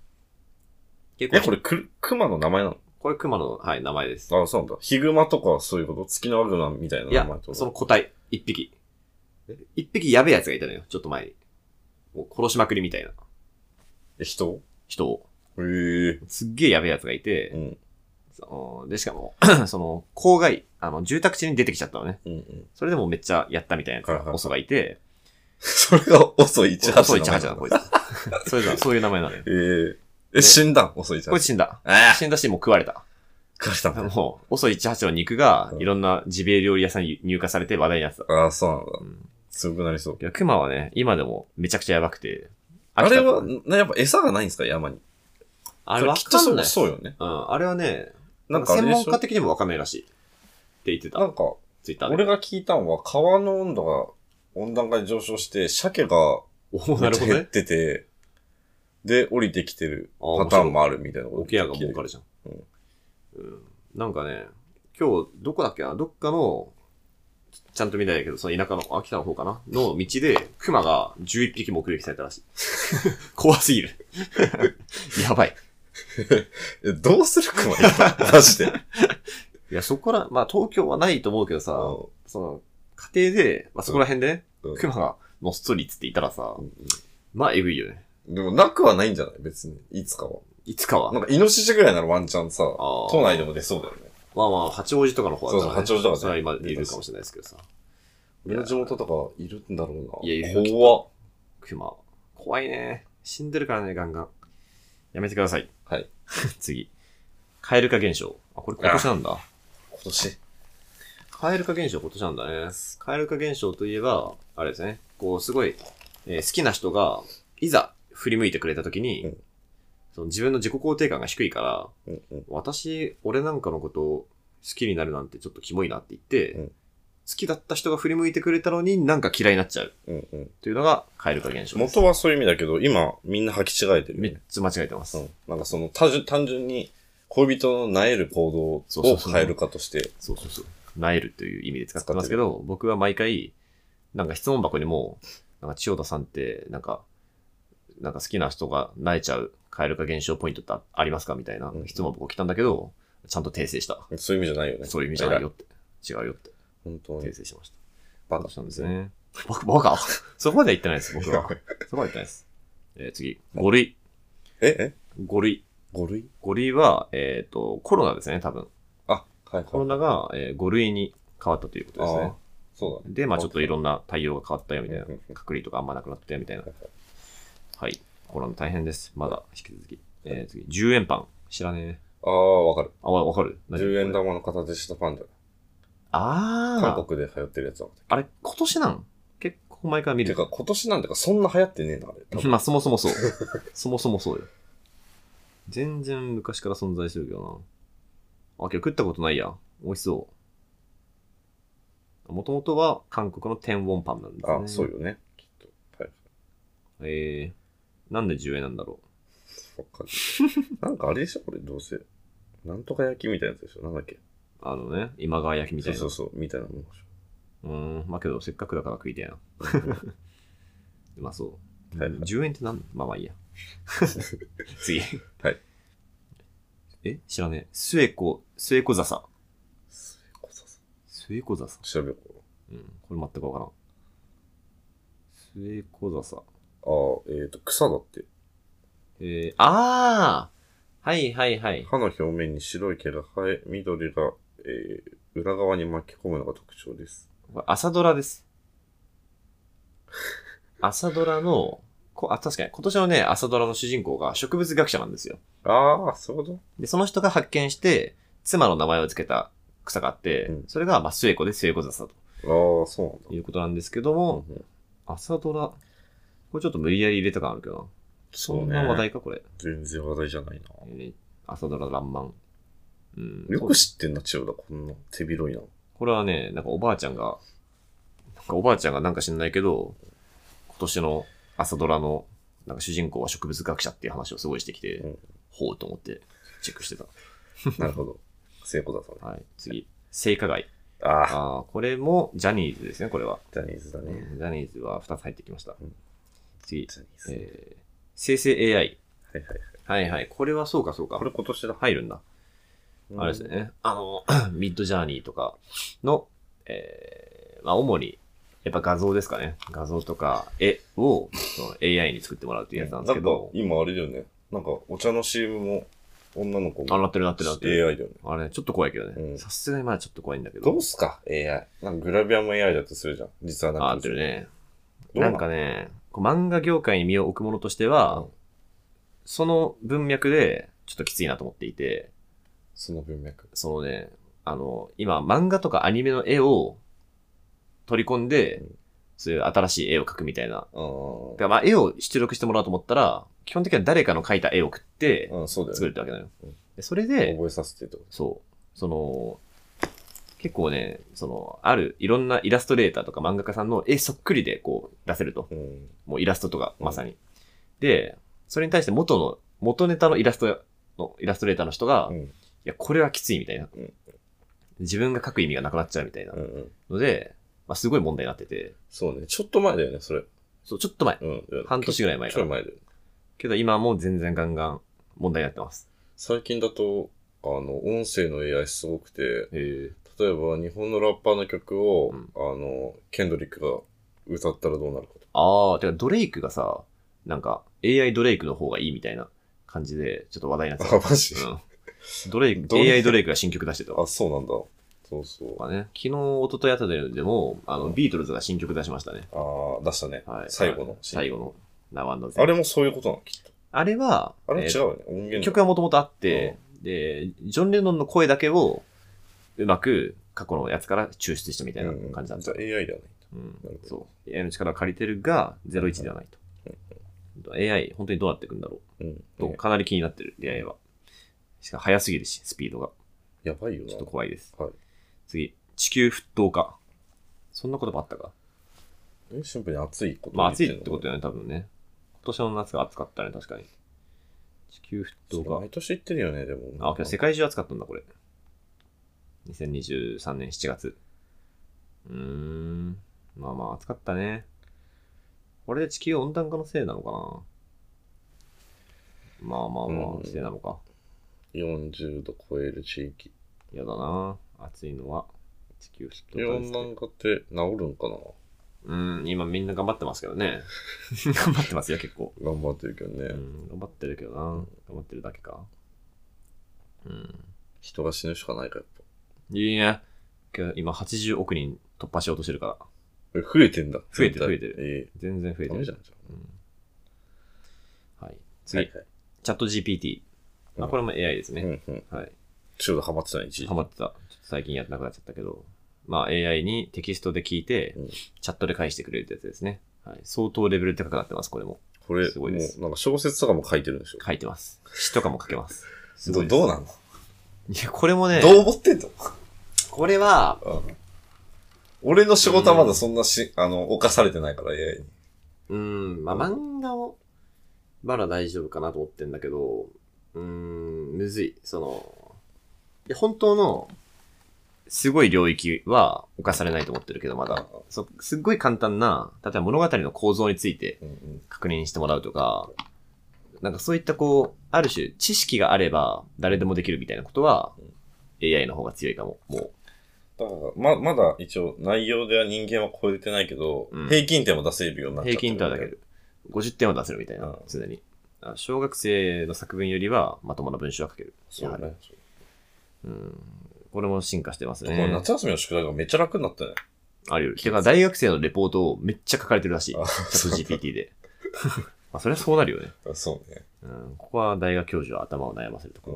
Speaker 2: 結
Speaker 1: え、これ、ク、クマの名前な
Speaker 2: これクマの、はい、名前です。
Speaker 1: のあ、そうなんだ。ヒグマとかはそういうこと月のワグマみたいない名
Speaker 2: や
Speaker 1: 前ってこ、と
Speaker 2: その個体、一匹。一匹やべえやつがいたのよ、ちょっと前に。もう殺しまくりみたいな
Speaker 1: え、人
Speaker 2: 人を。
Speaker 1: ええ
Speaker 2: すっげえやべえやつがいて
Speaker 1: う、ん。
Speaker 2: そので、しかも、 その、郊外、あの、住宅地に出てきちゃったのね。
Speaker 1: うんうん。
Speaker 2: それでもめっちゃやったみたいなやつ
Speaker 1: はいはいは
Speaker 2: が、
Speaker 1: い
Speaker 2: オソがいて、
Speaker 1: それが OSO18
Speaker 2: オソ18だな、こい つ。それじゃ、そういう名前なのよ。
Speaker 1: えええ、死んだん ?OSO18。
Speaker 2: こいつ死んだ。
Speaker 1: ああ
Speaker 2: 死んだし、もう食われた。
Speaker 1: 疲れたんだ。
Speaker 2: もう、オソ18の肉が、いろんなジビエ料理屋さんに入荷されて話題になってた。
Speaker 1: ああ、そうなんだ。
Speaker 2: うん
Speaker 1: 強くなりそう。
Speaker 2: いや、クマはね、今でもめちゃくちゃやばくて。
Speaker 1: あれは、
Speaker 2: 飽きた
Speaker 1: なやっぱ餌がないんですか山に。
Speaker 2: あれわ
Speaker 1: そきっと
Speaker 2: かん
Speaker 1: そ
Speaker 2: な
Speaker 1: う
Speaker 2: い。
Speaker 1: そうよね。
Speaker 2: うん、あれはね、
Speaker 1: なんかあれ
Speaker 2: 専
Speaker 1: で
Speaker 2: 門
Speaker 1: しょ
Speaker 2: 家的にもわかんないらしい。って言って
Speaker 1: な
Speaker 2: た。
Speaker 1: んか、
Speaker 2: ツイッターで。
Speaker 1: 俺が聞いたのは、川の温度が、温暖化で上昇して、鮭が
Speaker 2: お
Speaker 1: め
Speaker 2: な
Speaker 1: っ
Speaker 2: る
Speaker 1: ちゃ
Speaker 2: ほど
Speaker 1: 減っ
Speaker 2: ね。
Speaker 1: てて、で、降りてきてる
Speaker 2: あー
Speaker 1: パターンもあるみたいなこと
Speaker 2: オケアが儲かるじゃん。
Speaker 1: うん
Speaker 2: うん。なんかね、今日、どこだっけな、どっかの、ちゃんと見たいんだけど、その田舎の、秋田の方かなの道で、熊が11匹目撃されたらしい。 怖す ぎる。やばい。
Speaker 1: え、どうするくま今マジ で。
Speaker 2: いや、そこら、まあ東京はないと思うけどさ、その、家庭で、まあそこら辺でね、
Speaker 1: うん
Speaker 2: 熊がのっそりつっていたらさ、
Speaker 1: うん
Speaker 2: まあえぐいよね。
Speaker 1: でも、なくはないんじゃない別に。いつかは。
Speaker 2: いつかは。
Speaker 1: なんか、イノシシぐらいならワンチャンさ、
Speaker 2: あー
Speaker 1: 都内でも出そうだよね。
Speaker 2: まあまあ、八王子とかの方は、
Speaker 1: そうそう八王子とかね
Speaker 2: それは今いるかもしれないですけどさ。
Speaker 1: 俺の地元とかいるんだろうな。
Speaker 2: いやいるきっと
Speaker 1: 怖っ。
Speaker 2: 熊。怖いね。死んでるからね、ガンガン。やめてください。
Speaker 1: はい。
Speaker 2: 次。カエル化現象。あ、これ今年なんだ。
Speaker 1: 今年。
Speaker 2: カエル化現象今年なんだね。カエル化現象といえば、あれですね。こう、すごい、えー好きな人が、いざ振り向いてくれたときに、
Speaker 1: うん
Speaker 2: その自分の自己肯定感が低いから、
Speaker 1: うんうん。
Speaker 2: 私、俺なんかのことを好きになるなんてちょっとキモいなって言って、
Speaker 1: うん
Speaker 2: 好きだった人が振り向いてくれたのになんか嫌いになっちゃう
Speaker 1: うんうん。
Speaker 2: というのがカエル化現象です。
Speaker 1: 元はそういう意味だけど、今、みんな履き違えてるよ
Speaker 2: め
Speaker 1: ね
Speaker 2: っ。ちゃ間違えてます。
Speaker 1: うん。なんかその、単純単純に、恋人の萎える行動
Speaker 2: そうそ
Speaker 1: を
Speaker 2: うそう
Speaker 1: 変えるかとして、
Speaker 2: そうそうそう。なえるという意味で使ってますけど、僕は毎回、なんか質問箱にも、なんか千代田さんって、なんか、なんか好きな人がなえちゃう、カエル化現象ポイントってあありますかみたいな
Speaker 1: うん
Speaker 2: 質問箱来たんだけど、ちゃんと訂正した。
Speaker 1: そういう意味じゃないよね。
Speaker 2: そういう意味じゃないよって。違うよって。
Speaker 1: 偉い。本当に
Speaker 2: 訂。正しました。
Speaker 1: バ
Speaker 2: そ
Speaker 1: カ
Speaker 2: うしたんですね。僕、バカそこまでは言ってないです、僕
Speaker 1: い
Speaker 2: は。そこまでは言ってないです。えー次。5類。
Speaker 1: ええ
Speaker 2: 5類。
Speaker 1: ?5 類
Speaker 2: 5類は、えっ、と、コロナですね、多分。
Speaker 1: あ、はい
Speaker 2: コ
Speaker 1: は
Speaker 2: ロ
Speaker 1: い。
Speaker 2: ナが、え5類に変わったということです
Speaker 1: あ
Speaker 2: ね
Speaker 1: あ。、そう
Speaker 2: で、まあちょっといろんな対応が変わったよみ
Speaker 1: だ
Speaker 2: た
Speaker 1: ね
Speaker 2: いな。
Speaker 1: う。んうん
Speaker 2: 隔離とかあんまなくなったよみたいな。はい。コロナ大変です。まだ引き続き。えー、次、10円パン。知らねえ。
Speaker 1: ああ、わかる。
Speaker 2: あ、わわかる何
Speaker 1: 10円玉の形したパンダ。
Speaker 2: あ
Speaker 1: 韓
Speaker 2: ー。
Speaker 1: 国で流行ってるやつなんだ
Speaker 2: あれ、今年なん結構前から見
Speaker 1: けど。
Speaker 2: る
Speaker 1: て。か、今年なんてか、そんな流行ってねえな、あれ多分。
Speaker 2: まあそもそもそう。そもそもそうよ。全然昔から存在するけどな。あ、けど食ったことないや。美味しそう。もともとは韓国の天ンパンなんですね。
Speaker 1: あ、そうよね。きっと。はい。
Speaker 2: えー、なんで10円なんだろう。
Speaker 1: わ かる。なんかあれでしょこれ、どうせ。なんとか焼きみたいなやつでしょなんだっけ
Speaker 2: あのね、今川焼きみたいな。
Speaker 1: そううそうそう、みたいなもんでし
Speaker 2: ーん、まあけど、せっかくだから食いたいな。 うまそう。
Speaker 1: はいはい
Speaker 2: 10円ってなんまあま あいいや。次。
Speaker 1: はい。
Speaker 2: え知らねえ。スエコ、スエコザサ。
Speaker 1: ょ。
Speaker 2: スエコザサ。
Speaker 1: 調べよう。
Speaker 2: うん、これ全くわからん。スエコザサ。
Speaker 1: ああ、えっ、ー、と、草だって。
Speaker 2: えー、あーはいはいはい。
Speaker 1: 歯の表面に白い毛が生え、緑が、えー裏側に巻き込むのが特徴です。
Speaker 2: これ朝ドラです。朝ドラの、こあ確かに今年のね、朝ドラの主人公が植物学者なんですよ。
Speaker 1: ああ、そういうこ
Speaker 2: で、その人が発見して、妻の名前を付けた草があって、
Speaker 1: うん
Speaker 2: それが、まあ、末子で末子笹と
Speaker 1: とああ、そう
Speaker 2: いうことなんですけども、
Speaker 1: なんだ。
Speaker 2: 朝ドラ、これちょっと無理やり入れた感あるけどな。
Speaker 1: そ
Speaker 2: そんな話題か、これ。
Speaker 1: 全然話題じゃないな。
Speaker 2: えー朝ドラ、らんまん。うん。
Speaker 1: よく知ってんな、千代田。こんな手広いな。
Speaker 2: これはね、なんかおばあちゃんが、なんかおばあちゃんがなんか知んないけど、今年の朝ドラの、なんか主人公は植物学者っていう話をすごいしてきて、
Speaker 1: うん
Speaker 2: ほうと思ってチェックしてた。
Speaker 1: なるほ ど。聖子ださんね。
Speaker 2: はい、次。性加害。
Speaker 1: ああ、
Speaker 2: ああ、これもジャニーズですね、これは。
Speaker 1: ジャニーズだね。
Speaker 2: ジャニーズは2つ入ってきました。
Speaker 1: うん
Speaker 2: 次。
Speaker 1: ジャニーズ。
Speaker 2: えー、生成 AI。
Speaker 1: はいはいはい。
Speaker 2: はいはい。これはそうかそうか。
Speaker 1: これ今年だ。
Speaker 2: 入るんだ。あれです
Speaker 1: ね。
Speaker 2: ね。あの、 ミッドジャーニーとかの、えー、まあ主に、やっぱ画像ですかね。画像とか絵をその AI に作ってもらうっていうやつなんですけど
Speaker 1: か、今あれだよね。なんか、お茶の CM も、女の子
Speaker 2: あ、
Speaker 1: も
Speaker 2: なってるなってるなってる。
Speaker 1: AI だよね。
Speaker 2: あれ、ちょっと怖いけど
Speaker 1: う
Speaker 2: ね。
Speaker 1: ん
Speaker 2: さすがにまだちょっと怖いんだけど。
Speaker 1: どうすか ?AI。なんかグラビアも AI だとするじゃん。実はなんか。
Speaker 2: あ、合ってるね。
Speaker 1: どう
Speaker 2: なんかね、こう漫画業界に身を置くものとしては、その文脈で、ちょっときついなと思っていて、
Speaker 1: その文脈。
Speaker 2: そのね、あの、今、漫画とかアニメの絵を取り込んで
Speaker 1: うん、
Speaker 2: そういう新しい絵を描くみたいな。だか
Speaker 1: う
Speaker 2: らまあ、絵を出力してもらおうと思ったら、基本的には誰かの描いた絵を食って、
Speaker 1: ん。うん、そうだよ
Speaker 2: 作
Speaker 1: ね。
Speaker 2: るってわけなのよ
Speaker 1: うん。
Speaker 2: でそれで、
Speaker 1: 覚えさせてってこ
Speaker 2: そう、その、結構ね、その、ある、いろんなイラストレーターとか漫画家さんの絵そっくりでこう出せると。
Speaker 1: と。うん。
Speaker 2: もうイラストとか、
Speaker 1: うん
Speaker 2: まさに。で、それに対して元の、元ネタのイラストの、イラストレーターの人が、
Speaker 1: う
Speaker 2: い
Speaker 1: ん。
Speaker 2: や、これはきついみたいな
Speaker 1: うん。
Speaker 2: 自分が書く意味がなくなっちゃうみたいな
Speaker 1: うんうん。
Speaker 2: ので、まあ、すごい問題になってて、
Speaker 1: そうね。ちょっと前だよね、それ。
Speaker 2: そう、ちょっと前。
Speaker 1: うん。
Speaker 2: 半年ぐらい前
Speaker 1: ちょ
Speaker 2: か
Speaker 1: い
Speaker 2: ら。
Speaker 1: 前だよね。
Speaker 2: けど今もう全然ガンガン問題になってます。
Speaker 1: 最近だと、あの、音声の AI すごくて、
Speaker 2: へ
Speaker 1: 例えば日本のラッパーの曲を、
Speaker 2: うん
Speaker 1: あの、ケンドリックが歌ったらどうなるかと。
Speaker 2: あー、てかドレイクがさ、なんか AI ドレイクの方がいいみたいな感じで、ちょっと話題になって
Speaker 1: あ、マジ、
Speaker 2: た。うん。ドレイク、
Speaker 1: ドレイク
Speaker 2: AI ドレイクが新曲出してたわ。
Speaker 1: あ、そうなんだ。そうそ
Speaker 2: と
Speaker 1: う。
Speaker 2: かね、昨日、一昨日あたりでも、あの、ビートルズが新曲出しましたね。
Speaker 1: ああ、出したね。
Speaker 2: はい。
Speaker 1: 最後のシーン
Speaker 2: 最後のナワンド
Speaker 1: あれもそういうことなのきっと。
Speaker 2: あれは、
Speaker 1: あれ
Speaker 2: え
Speaker 1: 違
Speaker 2: ー
Speaker 1: うよね。音源
Speaker 2: 曲はもともとあって、で、ジョン・レノンの声だけを、うまく過去のやつから抽出したみたいな感じなん
Speaker 1: だ。じ
Speaker 2: です
Speaker 1: ゃ
Speaker 2: よ
Speaker 1: あ。AI だね。
Speaker 2: うん
Speaker 1: なるほど
Speaker 2: そう。AI の力を借りてるが、01ではないと。AI、本当にどうなっていくんだろ
Speaker 1: うん。
Speaker 2: う。とかなり気になってる、AI は。しかも速すぎるし、スピードが。
Speaker 1: やばいよ
Speaker 2: ちょっと
Speaker 1: な。
Speaker 2: 怖いです。
Speaker 1: はい
Speaker 2: 次、地球沸騰化。そんな言葉あったか
Speaker 1: え、シンプルに暑いこと
Speaker 2: まあ
Speaker 1: を
Speaker 2: 暑
Speaker 1: 言
Speaker 2: いってこと
Speaker 1: んの
Speaker 2: だよね、多分ね。今年の夏が暑かったね、確かに。地球沸
Speaker 1: そ
Speaker 2: 騰
Speaker 1: れ
Speaker 2: 化
Speaker 1: 毎。年言ってるよね、でも。
Speaker 2: あ、けど世界中暑かったんだ、これ。2023年7月。うーん。まあまあ暑かったね。これで地球温暖化のせいなのかなまあまあま
Speaker 1: うん
Speaker 2: あ、せいなのか。
Speaker 1: 40度超える地域。
Speaker 2: 嫌だな。暑いのは地球沸
Speaker 1: 気
Speaker 2: 騰化で
Speaker 1: 温
Speaker 2: す
Speaker 1: な
Speaker 2: ね。
Speaker 1: んかって治るんかな
Speaker 2: うん、今みんな頑張ってますけどね。 頑張ってますよ、結構。
Speaker 1: 頑張ってるけどね。
Speaker 2: うん、頑張ってるけどな。頑張ってるだけか。うん。
Speaker 1: 人が死ぬしかないから、やっ
Speaker 2: いいね。けど今80億人突破しようとしてるから。
Speaker 1: ぱ。え増えてんだ。
Speaker 2: 増えて
Speaker 1: 全体
Speaker 2: る増えてる。
Speaker 1: ええ
Speaker 2: 全然増えて
Speaker 1: ダメ
Speaker 2: る
Speaker 1: じゃ。ん、じゃあ。
Speaker 2: はい。次、
Speaker 1: はいはい
Speaker 2: チャット GPT。
Speaker 1: う
Speaker 2: あ、
Speaker 1: ん
Speaker 2: これも AI ですね。
Speaker 1: うんうん。
Speaker 2: はい。
Speaker 1: ちょうどハマってたね、一時
Speaker 2: ハマってた。ちょっと最近やってなくなっちゃったけど。まあ AI にテキストで聞いて
Speaker 1: うん、
Speaker 2: チャットで返してくれるってやつですね。はい。相当レベル高くなってます、これも。
Speaker 1: これ、
Speaker 2: すごいです
Speaker 1: もうなんか小説とかも書いてるんでしょ。
Speaker 2: 書いてます。詩とかも書けます。すごい
Speaker 1: どど
Speaker 2: です
Speaker 1: うなの、
Speaker 2: いや、これもね、
Speaker 1: どう思ってんの、
Speaker 2: これは、
Speaker 1: うん俺の仕事はまだそんなし、あの、犯されてないから、AI に。
Speaker 2: うん、まあ漫画を、まだ大丈夫かなと思ってんだけど、うん、むずい。その、いや本当の、すごい領域は犯されないと思ってるけど、まだ。そうすっごい簡単な、例えば物語の構造について
Speaker 1: うんうん。
Speaker 2: 確認してもらうとか、なんかそういったこう、ある種知識があれば誰でもできるみたいなことは、AI の方が強いかも。も
Speaker 1: だから、ま、まだ一応内容では人間は超えてないけど、
Speaker 2: うん
Speaker 1: 平均点も出せるように
Speaker 2: う、
Speaker 1: なっちゃっ
Speaker 2: 平
Speaker 1: てる
Speaker 2: 均とはだけど、50点は出せるみたいな
Speaker 1: うん、
Speaker 2: 常に。あ小学生の作文よりはまともな文章が書ける。
Speaker 1: そう
Speaker 2: やは
Speaker 1: ね。
Speaker 2: りうん。これも進化してます
Speaker 1: だから
Speaker 2: ね。
Speaker 1: 夏休みの宿題がめっちゃ楽になったね。
Speaker 2: あるよ。てか、大学生のレポートをめっちゃ書かれてるらしい。チ
Speaker 1: あ
Speaker 2: ャット GPT で。 まあ、それはそうなるよね。
Speaker 1: そうね。
Speaker 2: うん。ここは大学教授は頭を悩ませるとこ
Speaker 1: う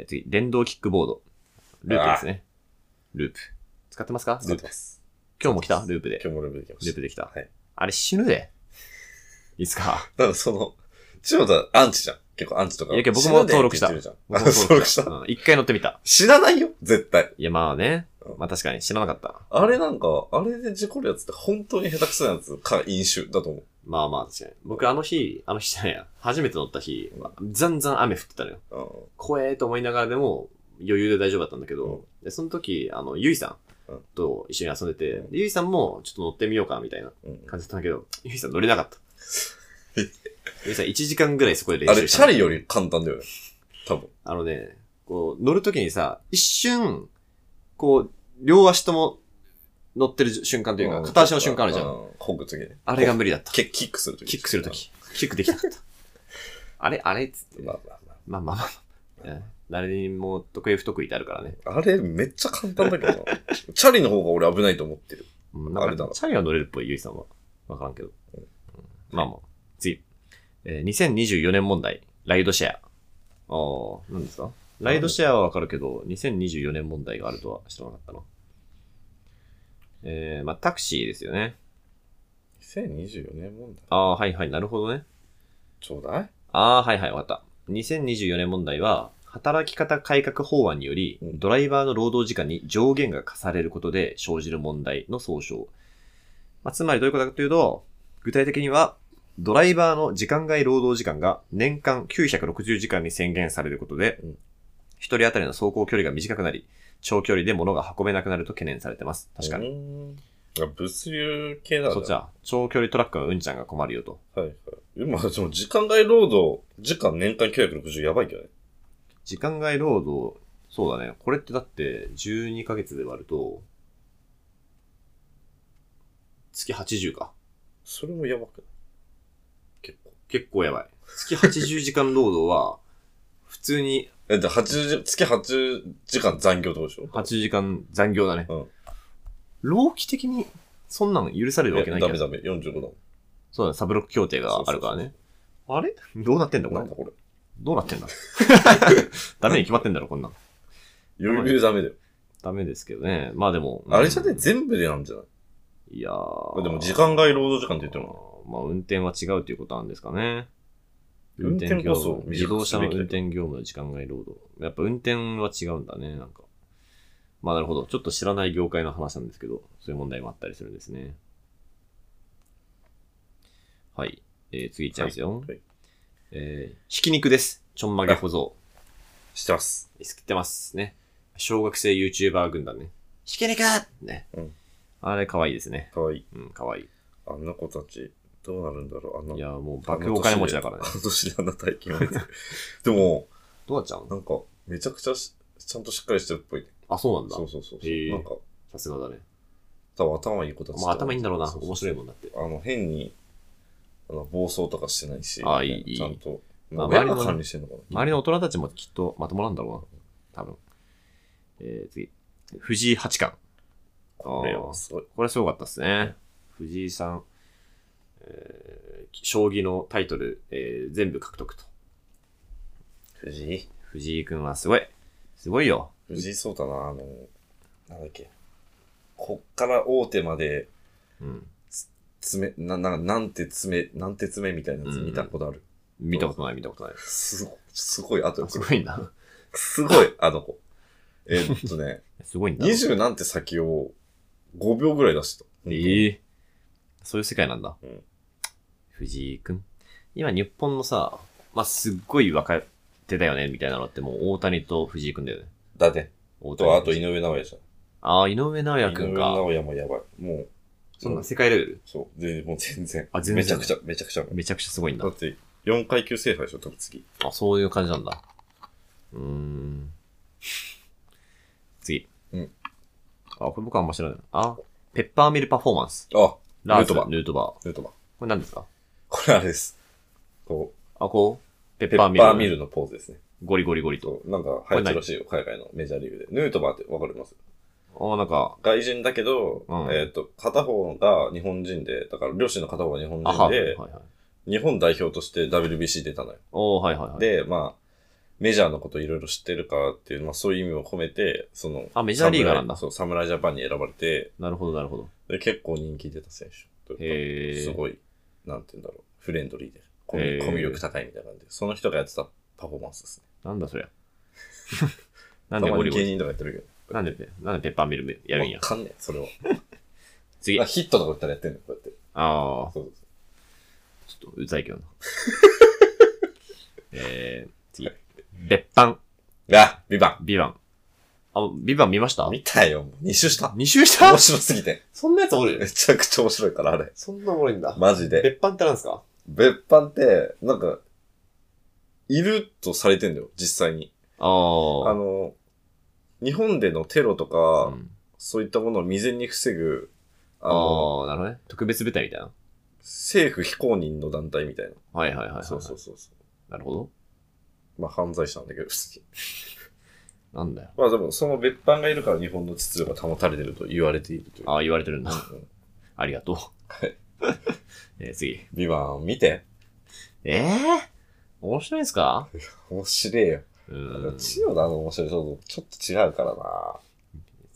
Speaker 1: ん
Speaker 2: えー次、電動キックボード。ループですね。ループ。使ってますか
Speaker 1: 使
Speaker 2: ル
Speaker 1: っ
Speaker 2: ー
Speaker 1: て
Speaker 2: プ。
Speaker 1: ます。
Speaker 2: 今日も来たループで。
Speaker 1: 今日もループできま
Speaker 2: ルー
Speaker 1: し
Speaker 2: プできた。
Speaker 1: はい
Speaker 2: あれ死ぬで。いつか。
Speaker 1: た。だからその、千代田アンチじゃん。結構アンチとか。
Speaker 2: いやけど僕も登録した
Speaker 1: 死ぬでって言って
Speaker 2: 僕も
Speaker 1: るじゃんあ登録 した。
Speaker 2: うん一回乗ってみた。
Speaker 1: 死なないよ、絶対。
Speaker 2: いや、まあね
Speaker 1: う。ん
Speaker 2: まあ確かに知らなかった。
Speaker 1: あれなんか、あれで事故るやつって本当に下手くそなやつか飲酒だと思う。
Speaker 2: まあまあ確かに。僕あの日、あの日じゃないや。初めて乗った日、ざんざん雨降ってたのよ。
Speaker 1: うん
Speaker 2: 怖えと思いながらでも余裕で大丈夫だったんだけど、でその時、あの、ゆいさ
Speaker 1: うんん
Speaker 2: と一緒に遊んでて
Speaker 1: う、ん
Speaker 2: でゆいさんもちょっと乗ってみようかみたいな
Speaker 1: うん。
Speaker 2: 感じだったんだけど、ゆいさん乗れな かった。ゆいさん1時間ぐらいそこで練
Speaker 1: あ
Speaker 2: 習
Speaker 1: れ、
Speaker 2: し
Speaker 1: チ
Speaker 2: たの。
Speaker 1: ャリより簡単だよね。多分。
Speaker 2: あのね、こう、乗るときにさ、一瞬、こう、両足とも乗ってる瞬間というか、片足の瞬間あるじゃん。
Speaker 1: ん。ほぐときね。
Speaker 2: あれが無理だった。
Speaker 1: キキックするとき。
Speaker 2: キックすると。き。キックできなかった。 あれあれっつって。
Speaker 1: まあまあま
Speaker 2: まあまあまあまあ。いや誰にも得意不得意ってあるからね。
Speaker 1: あ。あれ、めっちゃ簡単だけどな。チャリの方が俺危ないと思ってる。
Speaker 2: うんな
Speaker 1: あ
Speaker 2: ん
Speaker 1: れだ
Speaker 2: か
Speaker 1: ろ
Speaker 2: チャリは乗れるっぽい、ゆいさんは。わからんけど。うんまあまあ。次。えー2024年問題。ライドシェア。ああ、何ですかライドシェアはわかるけど、2024年問題があるとは知らなかったな。えー、まあタクシーですよね。
Speaker 1: 2024年問題。
Speaker 2: ああ、はいはい、なるほどね。
Speaker 1: ちょうだい
Speaker 2: ああ、はいはい、わかった。2024年問題は、働き方改革法案により、
Speaker 1: うん
Speaker 2: ドライバーの労働時間に上限が課されることで生じる問題の総称。まあ、つまりどういうことかというと、具体的には、ドライバーの時間外労働時間が年間960時間に宣言されることで
Speaker 1: うん、
Speaker 2: 一、人当たりの走行距離が短くなり、長距離で物が運べなくなると懸念されてます。確かに。
Speaker 1: に。あ物流系なんだ。
Speaker 2: そっちは、長距離トラックのうんちゃんが困るよと。
Speaker 1: はいはい。今、でも時間外労働、時間年間960やばいけどね。
Speaker 2: 時間外労働、そうだね。これってだって、12ヶ月で割ると、月80か。
Speaker 1: それもやばくない結構。
Speaker 2: 結構やばい。月80時間労働は、普通に
Speaker 1: え、で、80、月80時間残業ってことでしょ
Speaker 2: 8時間残業だね。
Speaker 1: うん
Speaker 2: 労基的に、そんなん許されるわけない
Speaker 1: え
Speaker 2: け
Speaker 1: ダメ
Speaker 2: ど。
Speaker 1: ダメ、45だもん。
Speaker 2: そうだね。サブロック協定があるからね。あれどうなってんだこ
Speaker 1: なん
Speaker 2: れ
Speaker 1: だ。これ。
Speaker 2: どうなってんだ ダメに決まってんだろ、こんなん。
Speaker 1: 余裕ダメだよ。
Speaker 2: ダメですけどね。まあでも。
Speaker 1: あれじゃね、
Speaker 2: うん
Speaker 1: 全部でなんじゃない
Speaker 2: いや
Speaker 1: ま
Speaker 2: ー。
Speaker 1: あでも時間外労働時間って言っても
Speaker 2: あーまあ、運転は違うということなんですかね。
Speaker 1: 運転こそ
Speaker 2: 運転業務自動車の
Speaker 1: 短くすべき
Speaker 2: 運
Speaker 1: だ
Speaker 2: 転業務の時間外労働。やっぱ運転は違うんだね、なんか。まあなるほど。ちょっと知らない業界の話なんですけど、そういう問題もあったりするんですね。はい。えー、次いっちゃいますよ。
Speaker 1: はいはい
Speaker 2: えー、ひき肉です。ちょんまげ小僧。
Speaker 1: してます。
Speaker 2: 作ってますね。小学生 YouTuber 軍団ね。ひき肉ね。
Speaker 1: うん
Speaker 2: あれ可愛いですね。
Speaker 1: かわいい。
Speaker 2: うん、可愛い。
Speaker 1: あんな子たち、どうなるんだろうあんな。
Speaker 2: いや、もう
Speaker 1: あんな
Speaker 2: 爆お金持ちだからね
Speaker 1: 年。であの年であんな体験を 見て。でも、
Speaker 2: どうなっちゃう
Speaker 1: な
Speaker 2: の
Speaker 1: んか、めちゃくちゃし、ちゃんとしっかりしてるっぽいね。
Speaker 2: あ、そうなんだ
Speaker 1: そ。うそうそうそ
Speaker 2: へ
Speaker 1: う。
Speaker 2: え
Speaker 1: なんか、
Speaker 2: さすがだね。
Speaker 1: 多分頭いい子たち。
Speaker 2: まあ頭いいんだろうな。
Speaker 1: そうそうそう
Speaker 2: 面白いもんだって。
Speaker 1: あの、変に、あの、暴走とかしてないし、
Speaker 2: あいい
Speaker 1: ちゃんと、
Speaker 2: まあ
Speaker 1: 親
Speaker 2: 周り
Speaker 1: が
Speaker 2: の
Speaker 1: 管理してんのかな
Speaker 2: 周りの大人たちもきっとまともなんだろうな。多分。えー、次。藤井八冠。
Speaker 1: これはすごい。
Speaker 2: これすごかったですね。藤井さん、えー、将棋のタイトル、えー、全部獲得と。
Speaker 1: 藤井。
Speaker 2: 藤井くんはすごい。すごいよ。
Speaker 1: 藤井聡太な、あの、なんだっけ。こっから大手まで、
Speaker 2: うん。
Speaker 1: 爪、な、な、なんて爪、なんて爪みたいなやつ見たことある。
Speaker 2: 見たことない、見たことない。
Speaker 1: すご、すごい、あと
Speaker 2: あ、すごいんだ。
Speaker 1: すごい、あの子。えっ とね、
Speaker 2: すごいん だ。
Speaker 1: 20なんて先を5秒ぐらい出してた。
Speaker 2: ええそういう世界なんだ。
Speaker 1: うん
Speaker 2: 藤井くん。今日本のさ、まあ、すっごい若手だよね、みたいなのってもう大谷と藤井くんだよね。
Speaker 1: だね。
Speaker 2: 大
Speaker 1: あと、あと
Speaker 2: 谷
Speaker 1: 井上尚弥じ
Speaker 2: ああ、井上尚
Speaker 1: ゃん。
Speaker 2: 弥
Speaker 1: 井
Speaker 2: くん
Speaker 1: 上
Speaker 2: か。
Speaker 1: 尚弥もやばい。もう、
Speaker 2: そんな世界レベル
Speaker 1: そう。で、もう全然。
Speaker 2: あ全然
Speaker 1: めちゃくちゃ、めちゃくちゃ。だ
Speaker 2: めちゃくちゃすごいんだ
Speaker 1: っ。て、4階級制覇でしょ、多分次。
Speaker 2: あ、そういう感じなんだ。うーん。次。
Speaker 1: うん。
Speaker 2: あ、これ僕はあんま知らないな。あ、ペッパーミルパフォーマンス。
Speaker 1: あ、
Speaker 2: ラーズ
Speaker 1: ヌートバー
Speaker 2: ヌートバー。
Speaker 1: ヌートバー。
Speaker 2: これ何ですか
Speaker 1: これあれです。こう、
Speaker 2: あ、こう、ペ
Speaker 1: ペ
Speaker 2: ッパー
Speaker 1: ッ
Speaker 2: ミル。
Speaker 1: パーミルのポーズですね。
Speaker 2: ゴリゴリゴリ
Speaker 1: そ
Speaker 2: と。
Speaker 1: うなんか流行ってるらしいよ、海外のメジャーリーグで。ヌートバーってわかります
Speaker 2: あ、なんか、
Speaker 1: 外人だけど、
Speaker 2: うん
Speaker 1: えっ、と、片方が日本人で、だから両親の片方が日本
Speaker 2: あは、
Speaker 1: 人
Speaker 2: はい
Speaker 1: で、
Speaker 2: はい。
Speaker 1: 日本代表として WBC 出たのよ。
Speaker 2: おー、はいはいはい。
Speaker 1: で、まあ、メジャーのこといろいろ知ってるからっていう、まあそういう意味を込めて、その、
Speaker 2: あ、メジャーリーガーなんだ。
Speaker 1: そう、侍ジャパンに選ばれて、
Speaker 2: なるほど、なるほど。
Speaker 1: で結構人気出た選手。
Speaker 2: へー
Speaker 1: すごい、なんて言うんだろう、フレンドリーで、コミ
Speaker 2: へー
Speaker 1: コミュ力高いみたいな感じで、その人がやってたパフォーマンスですね。
Speaker 2: なんだそり ゃ。
Speaker 1: た
Speaker 2: なんで
Speaker 1: ま
Speaker 2: ゴリ
Speaker 1: に
Speaker 2: ゴ
Speaker 1: 芸
Speaker 2: リ。
Speaker 1: 人とかやってるけど。
Speaker 2: なんでペ、なんでペッパーミルやるんや
Speaker 1: わ。かんねえ、それは。
Speaker 2: 次。
Speaker 1: あ
Speaker 2: あ
Speaker 1: ヒットとか打ったらやってんのこうやって。
Speaker 2: あー、
Speaker 1: そうそうそう
Speaker 2: ちょっとうざいけどな。 えー、次。別班、
Speaker 1: あ、ビバ
Speaker 2: ビバン。あ、ビバン見ました
Speaker 1: ン見たよ、もう2周した。
Speaker 2: 二周し
Speaker 1: 面
Speaker 2: た
Speaker 1: 白すぎて。
Speaker 2: そんなやつお
Speaker 1: め。ちゃくちゃ面白いから、あれ。
Speaker 2: そんなおもろいんだ。
Speaker 1: マジで。
Speaker 2: 班ってなんですか
Speaker 1: 別班って、なんか、いるとされてんだよ、実際に。
Speaker 2: あー。
Speaker 1: あの、日本でのテロとか、
Speaker 2: うん
Speaker 1: そういったものを未然に防ぐ、あ
Speaker 2: あ
Speaker 1: の、
Speaker 2: ー、なるほどね。特別部隊みたいな。
Speaker 1: 政府非公認の団体みたい
Speaker 2: はいはいはいは
Speaker 1: な。
Speaker 2: い。。
Speaker 1: そうそうそうそう
Speaker 2: なるほ
Speaker 1: う。まあ犯罪者なんだけど、普通に。
Speaker 2: ど。なんだよ。
Speaker 1: まあでも、その別班がいるから日本の秩序が保たれてると言われているという。
Speaker 2: ああ、言われてるんだ。
Speaker 1: うん
Speaker 2: ありがとう。
Speaker 1: はい。
Speaker 2: えー、次。
Speaker 1: ビバン見て。
Speaker 2: ええ面白いんすか
Speaker 1: 面白いよ。
Speaker 2: う
Speaker 1: 千
Speaker 2: ーん。
Speaker 1: 代田の面白いとちょっと違うからな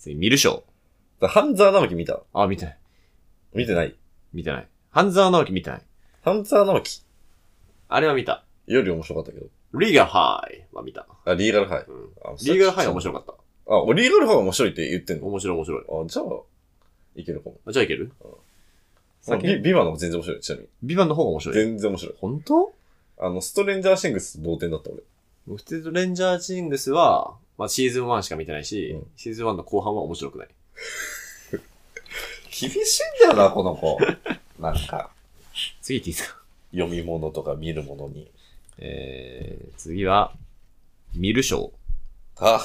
Speaker 2: 次、見るショー。
Speaker 1: だ。半沢直樹見た
Speaker 2: あ、見てない。
Speaker 1: 見てない
Speaker 2: 見てない。半沢直樹見てない。
Speaker 1: 半沢直樹
Speaker 2: あれは見た。
Speaker 1: より面白かったけど。
Speaker 2: リーガルハイは見た。
Speaker 1: あ、リーガルハイ。
Speaker 2: うん。
Speaker 1: あ
Speaker 2: リーガルハイは面
Speaker 1: 白
Speaker 2: 白かった。
Speaker 1: い。あ、俺リーガルハイ面白いって言ってんの
Speaker 2: 面白い面白い。
Speaker 1: あ、じゃあ、いけるかも。
Speaker 2: あじゃあいける先
Speaker 1: ビビバの方が全然面白い、ちなみに。
Speaker 2: ビバンの方が面白い。
Speaker 1: 全然面白い。
Speaker 2: 本当
Speaker 1: あの、ストレンジャーシングスと同点だった俺。
Speaker 2: 僕テッドレンジャージングスは、まあ、シーズン1しか見てないし、
Speaker 1: うん
Speaker 2: シーズン1の後半は面白くない。
Speaker 1: 厳しいんだよな、この子。 なんか、
Speaker 2: 次行っていいですか
Speaker 1: 読み物とか見るものに。
Speaker 2: えー、次は、見るショー。
Speaker 1: あ、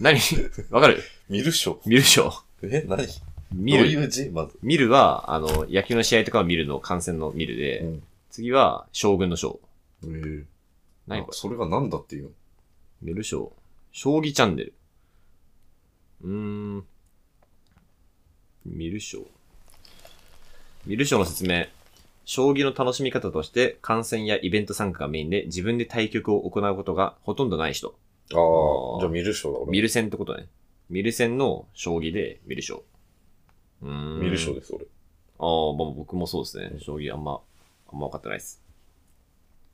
Speaker 2: 何 わかる
Speaker 1: 見るっしょ。
Speaker 2: 見るショー。
Speaker 1: え、何
Speaker 2: 見
Speaker 1: どう
Speaker 2: る。
Speaker 1: いう字まず。
Speaker 2: 見るは、あの、野球の試合とかを見るの、観戦の見るで、
Speaker 1: うん
Speaker 2: 次は、将軍の将。
Speaker 1: えー、
Speaker 2: 何これ
Speaker 1: それが何だっていうの
Speaker 2: 見る将。将棋チャンネル。うーん。見る将。見る将の説明。将棋の楽しみ方として、観戦やイベント参加がメインで、自分で対局を行うことがほとんどない人。
Speaker 1: あ
Speaker 2: あー
Speaker 1: あ、じゃあ見るっしょだ、俺。
Speaker 2: 見る戦ってことね。見る戦の将棋で見る将。うーん。
Speaker 1: 見るっしょです、俺。
Speaker 2: ああ、まあ僕もそうですね。将棋あんま、あんま分かってないです。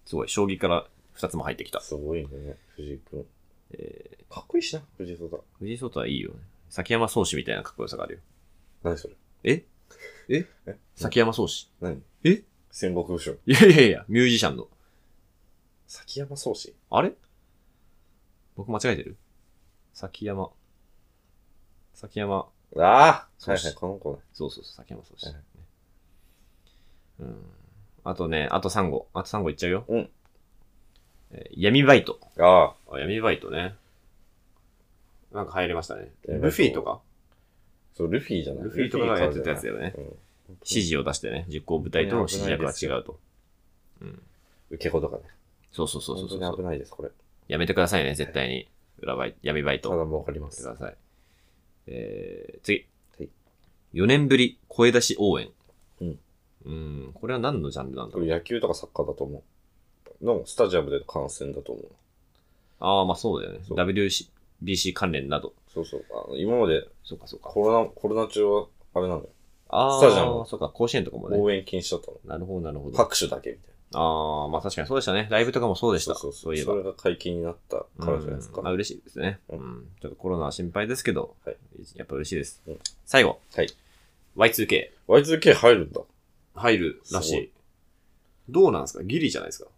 Speaker 2: すごい、将棋から2つも入ってきた。
Speaker 1: すごいね、藤井くん。
Speaker 2: えー、
Speaker 1: かっこいいしな、藤井聡太。
Speaker 2: 藤井聡太はいいよね。崎山宗志みたいなかっこよさがあるよ。
Speaker 1: 何それ
Speaker 2: ええ
Speaker 1: え
Speaker 2: 崎山宗志。
Speaker 1: 何
Speaker 2: え
Speaker 1: 戦国武将。
Speaker 2: いやいやいや、ミュージシャンの。
Speaker 1: 崎山宗志
Speaker 2: あれ僕間違えてる崎山。崎山。
Speaker 1: ああ
Speaker 2: 宗
Speaker 1: はい
Speaker 2: 志
Speaker 1: はい、この子ね。
Speaker 2: そうそうそう、崎山宗志。
Speaker 1: はい
Speaker 2: ねうん。あとね、あと3号。あと3号いっちゃうよ。
Speaker 1: うん
Speaker 2: えー闇バイト。
Speaker 1: ああ。
Speaker 2: あ、闇バイトね。なんか入れましたね。
Speaker 1: 闇
Speaker 2: ル
Speaker 1: バイ
Speaker 2: フ
Speaker 1: ト
Speaker 2: ィとか
Speaker 1: そう、ルフィじゃない。
Speaker 2: ルフィとかがやってたやつだよね。
Speaker 1: うん。
Speaker 2: 指示を出してね、実行部隊と指示役は違うと。うん。
Speaker 1: 受け子とかね。
Speaker 2: そうそうそうそう
Speaker 1: 本
Speaker 2: そ
Speaker 1: 当に危
Speaker 2: う。
Speaker 1: ないです、これ。
Speaker 2: やめてくださいね、絶対に。裏バイト、闇バイ
Speaker 1: た
Speaker 2: ト。
Speaker 1: だ
Speaker 2: や
Speaker 1: もうわかりま
Speaker 2: めてく
Speaker 1: す。
Speaker 2: ださい。えー、次。
Speaker 1: はい
Speaker 2: 4年ぶり、声出し応援。
Speaker 1: うん。
Speaker 2: うん。これは何のジャンルなんだ
Speaker 1: こ
Speaker 2: ろう。
Speaker 1: れ野球とかサッカーだと思う。の、スタジアムでの観戦だと思う。
Speaker 2: ああ、まあそうだよね。
Speaker 1: そう
Speaker 2: WBC 関連など。
Speaker 1: そうそう。あの今まで
Speaker 2: そうかそうか。
Speaker 1: コロナ、コロナ中は、あれなのよ。
Speaker 2: ああ、
Speaker 1: スタジアム
Speaker 2: そうか、甲子園とかもね。
Speaker 1: 応援禁止だったの。
Speaker 2: なるほど、なるほど。
Speaker 1: 拍手だけみたいな。
Speaker 2: ああ、まあ確かにそうでしたね。ライブとかもそうでした。
Speaker 1: そう
Speaker 2: そ
Speaker 1: そう
Speaker 2: ういえば
Speaker 1: そ。れが解禁になったからじゃないですか。
Speaker 2: うんあ、嬉しいですね、う
Speaker 1: うん
Speaker 2: ん。ちょっとコロナは心配ですけど、
Speaker 1: はい
Speaker 2: やっぱ嬉しいです。
Speaker 1: うん
Speaker 2: 最後。
Speaker 1: はい。
Speaker 2: Y2K
Speaker 1: Y2K 入るんだ。
Speaker 2: 入るらしい
Speaker 1: すご
Speaker 2: どうなんですかギリじゃないですか。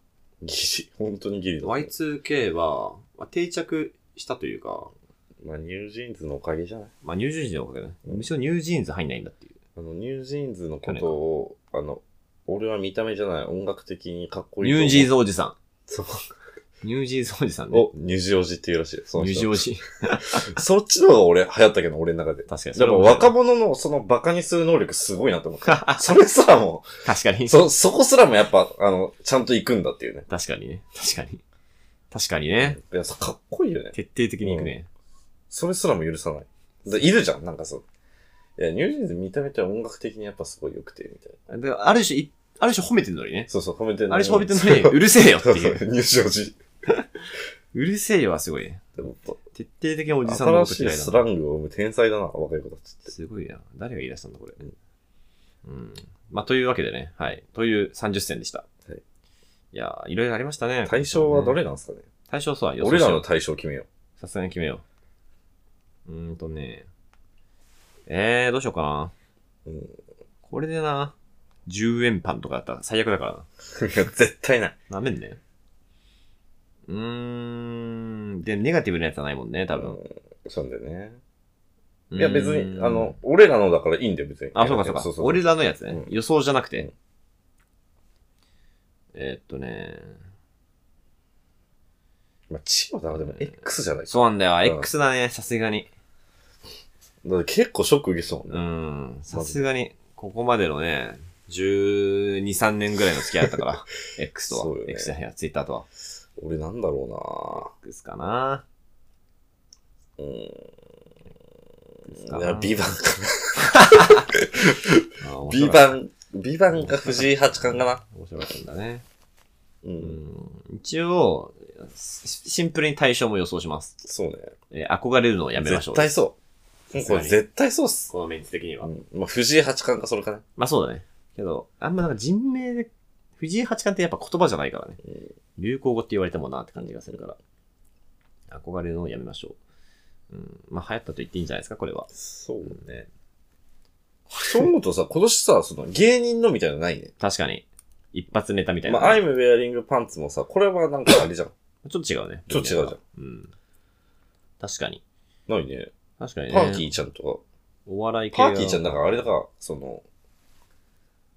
Speaker 1: ギリ。本当にギリだ。
Speaker 2: Y2K は、まあ、定着したというか、
Speaker 1: まあ、ニュージーンズのおかげじゃない
Speaker 2: まあ、ニュージーンズのおかげだね。むしろニュージーンズ入んないんだっていう。
Speaker 1: あの、ニュージーンズのことを、あの、俺は見た目じゃない、音楽的にかっこいいと
Speaker 2: ニ
Speaker 1: 思う。
Speaker 2: ュージーンズおじさん。
Speaker 1: そう
Speaker 2: ニュージーズおじさんね。
Speaker 1: お、ニュジオジっていうらしい。その
Speaker 2: ニュー
Speaker 1: 人
Speaker 2: ジーお じ。
Speaker 1: そっちの方が俺、流行ったけど、俺の中で。
Speaker 2: 確かに。
Speaker 1: でも若者のそのバカにする能力すごいなと思った。それすらも、
Speaker 2: 確かに。
Speaker 1: そ、そこすらもやっぱ、あの、ちゃんと行くんだっていうね。
Speaker 2: 確かにね。確かに。確かにね。
Speaker 1: いや、そかっこいいよね。
Speaker 2: 徹底的にいくね。
Speaker 1: それすらも許さない。でいるじゃん、なんかそう。いや、ニュージーズ見た目とは音楽的にやっぱすごい良くて、みたいな。
Speaker 2: である種い、ある種褒めてんのにね。
Speaker 1: そうそう、褒めてる
Speaker 2: ある種褒めてん
Speaker 1: そ
Speaker 2: のに、うるせえよって
Speaker 1: う
Speaker 2: い。
Speaker 1: そうう、ニュージージ。
Speaker 2: うるせえよはすごいね。
Speaker 1: でも
Speaker 2: 徹底的におじさん
Speaker 1: 新
Speaker 2: のこと
Speaker 1: しい
Speaker 2: 嫌い
Speaker 1: ス
Speaker 2: だ
Speaker 1: ラ
Speaker 2: な。
Speaker 1: ングを生む天才だな、若い子たちって。
Speaker 2: すごいな。誰が言い出したんだ、これ。うん。まあ、というわけでね。はい。という30戦でした。
Speaker 1: はい
Speaker 2: い。やー、いろいろありましたね。
Speaker 1: 対象はどれなんですかね
Speaker 2: 対象そうは予想
Speaker 1: 俺
Speaker 2: し
Speaker 1: ら
Speaker 2: よ
Speaker 1: の
Speaker 2: う。
Speaker 1: 対象決めよ
Speaker 2: さすがに決めよう。うーんとね。えー、どうしようかな。
Speaker 1: う。うん。い
Speaker 2: これでな、10円パンとかだったら最悪だからな。
Speaker 1: や、絶対ない。
Speaker 2: なめんね。うーん。で、ネガティブなやつはないもんね、多分。
Speaker 1: うん。そうなんだよね。いや、別
Speaker 2: う
Speaker 1: に、
Speaker 2: ーん
Speaker 1: あの、、俺らのだからいいんだよ、別に。
Speaker 2: あ、そうかそうか。
Speaker 1: そうそう
Speaker 2: 俺らのやつね。
Speaker 1: う
Speaker 2: 予想じゃなくて。
Speaker 1: うん
Speaker 2: えーっとね。
Speaker 1: まあ、千代田はでも X じゃない
Speaker 2: そうなんだよ。
Speaker 1: うん
Speaker 2: X だね、さすがに。
Speaker 1: だって結構ショック受けそう
Speaker 2: う
Speaker 1: もんね。
Speaker 2: ん。さすがに、ここまでのね、12、3年ぐらいの付き合いだっ たから。X と
Speaker 1: そう
Speaker 2: は。
Speaker 1: よね
Speaker 2: X や、Twitter とは。
Speaker 1: 俺なんだろ
Speaker 2: X かな。
Speaker 1: うなうん。
Speaker 2: X か
Speaker 1: い
Speaker 2: な
Speaker 1: や、ビバンか
Speaker 2: あ
Speaker 1: な。
Speaker 2: 面白
Speaker 1: ビ
Speaker 2: かった
Speaker 1: バン、ビバンか藤井八冠かな。
Speaker 2: 面白かったんだね。
Speaker 1: う。
Speaker 2: うんん。一応、シシンプルに対象も予想します。
Speaker 1: そうね。
Speaker 2: えー憧れるのをやめましょ
Speaker 1: 絶
Speaker 2: う。
Speaker 1: 対そう。もうこれ
Speaker 2: さすがに
Speaker 1: 絶対そうっす。
Speaker 2: このメンツ的には。
Speaker 1: うん。まあ、藤井八冠かそれかね。
Speaker 2: まあそうだね。けど、あんまなんか人名で、藤井八冠ってやっぱ言葉じゃないからね。流行語って言われてもなって感じがするから。憧れるのをやめましょう。うん。まあ流行ったと言っていいんじゃないですか、これは。
Speaker 1: そうね。そう思うとさ、今年さ、その芸人のみたいなのないね。
Speaker 2: 確かに。一発ネタみたいな。
Speaker 1: まあ、アイムウェアリングパンツもさ、これはなんかあれじゃん。
Speaker 2: ちょっと違うね。
Speaker 1: ちょっと違うじゃん
Speaker 2: ん。うん。確かに。
Speaker 1: ないね。
Speaker 2: 確かにね。
Speaker 1: パーキーちゃんとか。
Speaker 2: お笑い系
Speaker 1: パ
Speaker 2: は
Speaker 1: ーティーちゃん、だからあれだから、その、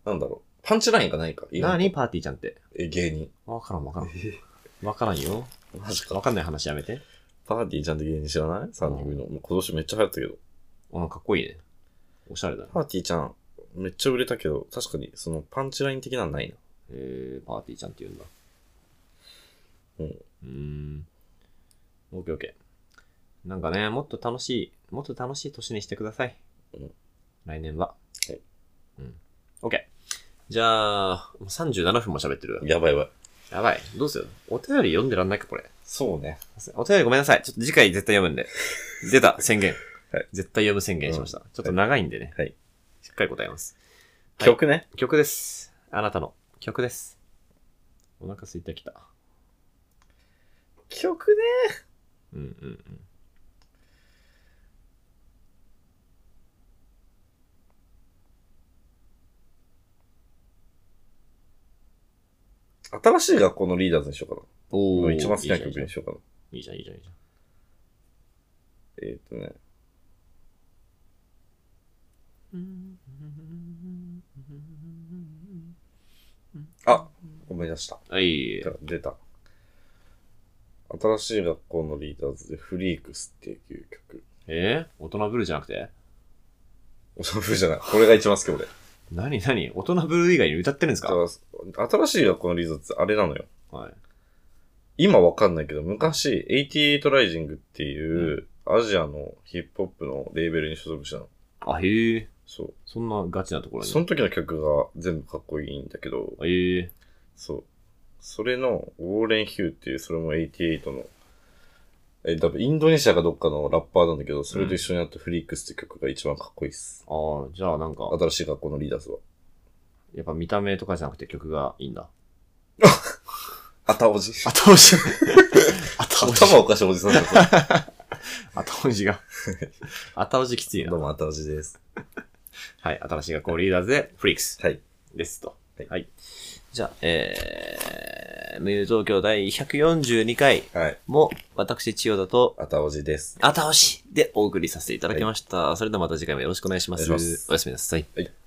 Speaker 1: なんだろう、パンチラインがないか。
Speaker 2: 何パーティーちゃんって。
Speaker 1: え、芸人。
Speaker 2: わからん わからん。わからんよ。
Speaker 1: マジ
Speaker 2: わ
Speaker 1: か。
Speaker 2: かんない話やめて。
Speaker 1: パーティーちゃんって芸人知らない ?3 人組の。もう今年めっちゃ流行ったけど。
Speaker 2: うん、かっこいいね。おしゃれだね。
Speaker 1: パーティーちゃん、めっちゃ売れたけど、確かにそのパンチライン的なのないな。
Speaker 2: えー、パーティーちゃんって言うんだ。
Speaker 1: うん
Speaker 2: うーん。オッケーオッケー。なんかね、もっと楽しい、もっと楽しい年にしてください。
Speaker 1: うん
Speaker 2: 来年は。
Speaker 1: はい。
Speaker 2: うん。オッケー。じゃあ、もう37分も喋ってる。
Speaker 1: やばいやばい。
Speaker 2: やばい。どうするお便り読んでらんないか、これ。
Speaker 1: そうね。
Speaker 2: お便りごめんなさい。ちょっと次回絶対読 むんで。出た、宣言。
Speaker 1: はい
Speaker 2: 絶対読む宣言しました。ちょっと長いんでね。
Speaker 1: はい。
Speaker 2: しっかり答えます。はい
Speaker 1: 曲ね。
Speaker 2: 曲です。あなたの曲です。お腹空いてきた。
Speaker 1: 曲ね。
Speaker 2: うんうんうん。
Speaker 1: 新しい学校のリーダーズにしようかな。
Speaker 2: お
Speaker 1: もう
Speaker 2: ー
Speaker 1: 一番好きな曲にしようかな。
Speaker 2: いいじゃん、いいじゃん、いいじゃん。
Speaker 1: えーっとね。あ思い出した。
Speaker 2: はい。
Speaker 1: 出た。新しい学校のリーダーズでフリークスっていう曲。
Speaker 2: えー、大人ブルーじゃなくて
Speaker 1: おそぶじゃない。これが一番好き、俺。
Speaker 2: 何何大人ブルー以外に歌ってるんです
Speaker 1: だ
Speaker 2: か
Speaker 1: から新しい学校のリーダーズってあれなのよ。
Speaker 2: はい。
Speaker 1: 今わかんないけど、昔、88ライジングっていう、アジアのヒップホップのレーベルに所属したの。
Speaker 2: あ、へえ。
Speaker 1: そう。
Speaker 2: そんなガチなところに。
Speaker 1: その時の曲が全部かっこいいんだけど、
Speaker 2: ええ。
Speaker 1: そう。それの、ウォーレン・ヒューっていう、それも88の、え、多分インドネシアかどっかのラッパーなんだけど、それと一緒にあったフリークスって曲が一番かっこいいっす。
Speaker 2: ああ、じゃあなんか、
Speaker 1: 新しい学校のリーダーズは。
Speaker 2: やっぱ見た目とかじゃなくて曲がいいんだ。
Speaker 1: あたおじ。
Speaker 2: 後押 し。後押し
Speaker 1: 頭。おかしいおじさんだった。
Speaker 2: 後押しが。後押しきつい
Speaker 1: ど
Speaker 2: な
Speaker 1: う。も、あたおじです。
Speaker 2: はい。新しい学校リーダーズで、フリークス。
Speaker 1: はい。
Speaker 2: ですと。
Speaker 1: はい
Speaker 2: じゃあ、えー、無友東京第142回
Speaker 1: はい。
Speaker 2: も、私、千代田と、
Speaker 1: あたおじです。
Speaker 2: あたおしでお送りさせていただきました。それではまた次回もよろしくお願いします。
Speaker 1: お願いします
Speaker 2: おやすみなさい。
Speaker 1: はい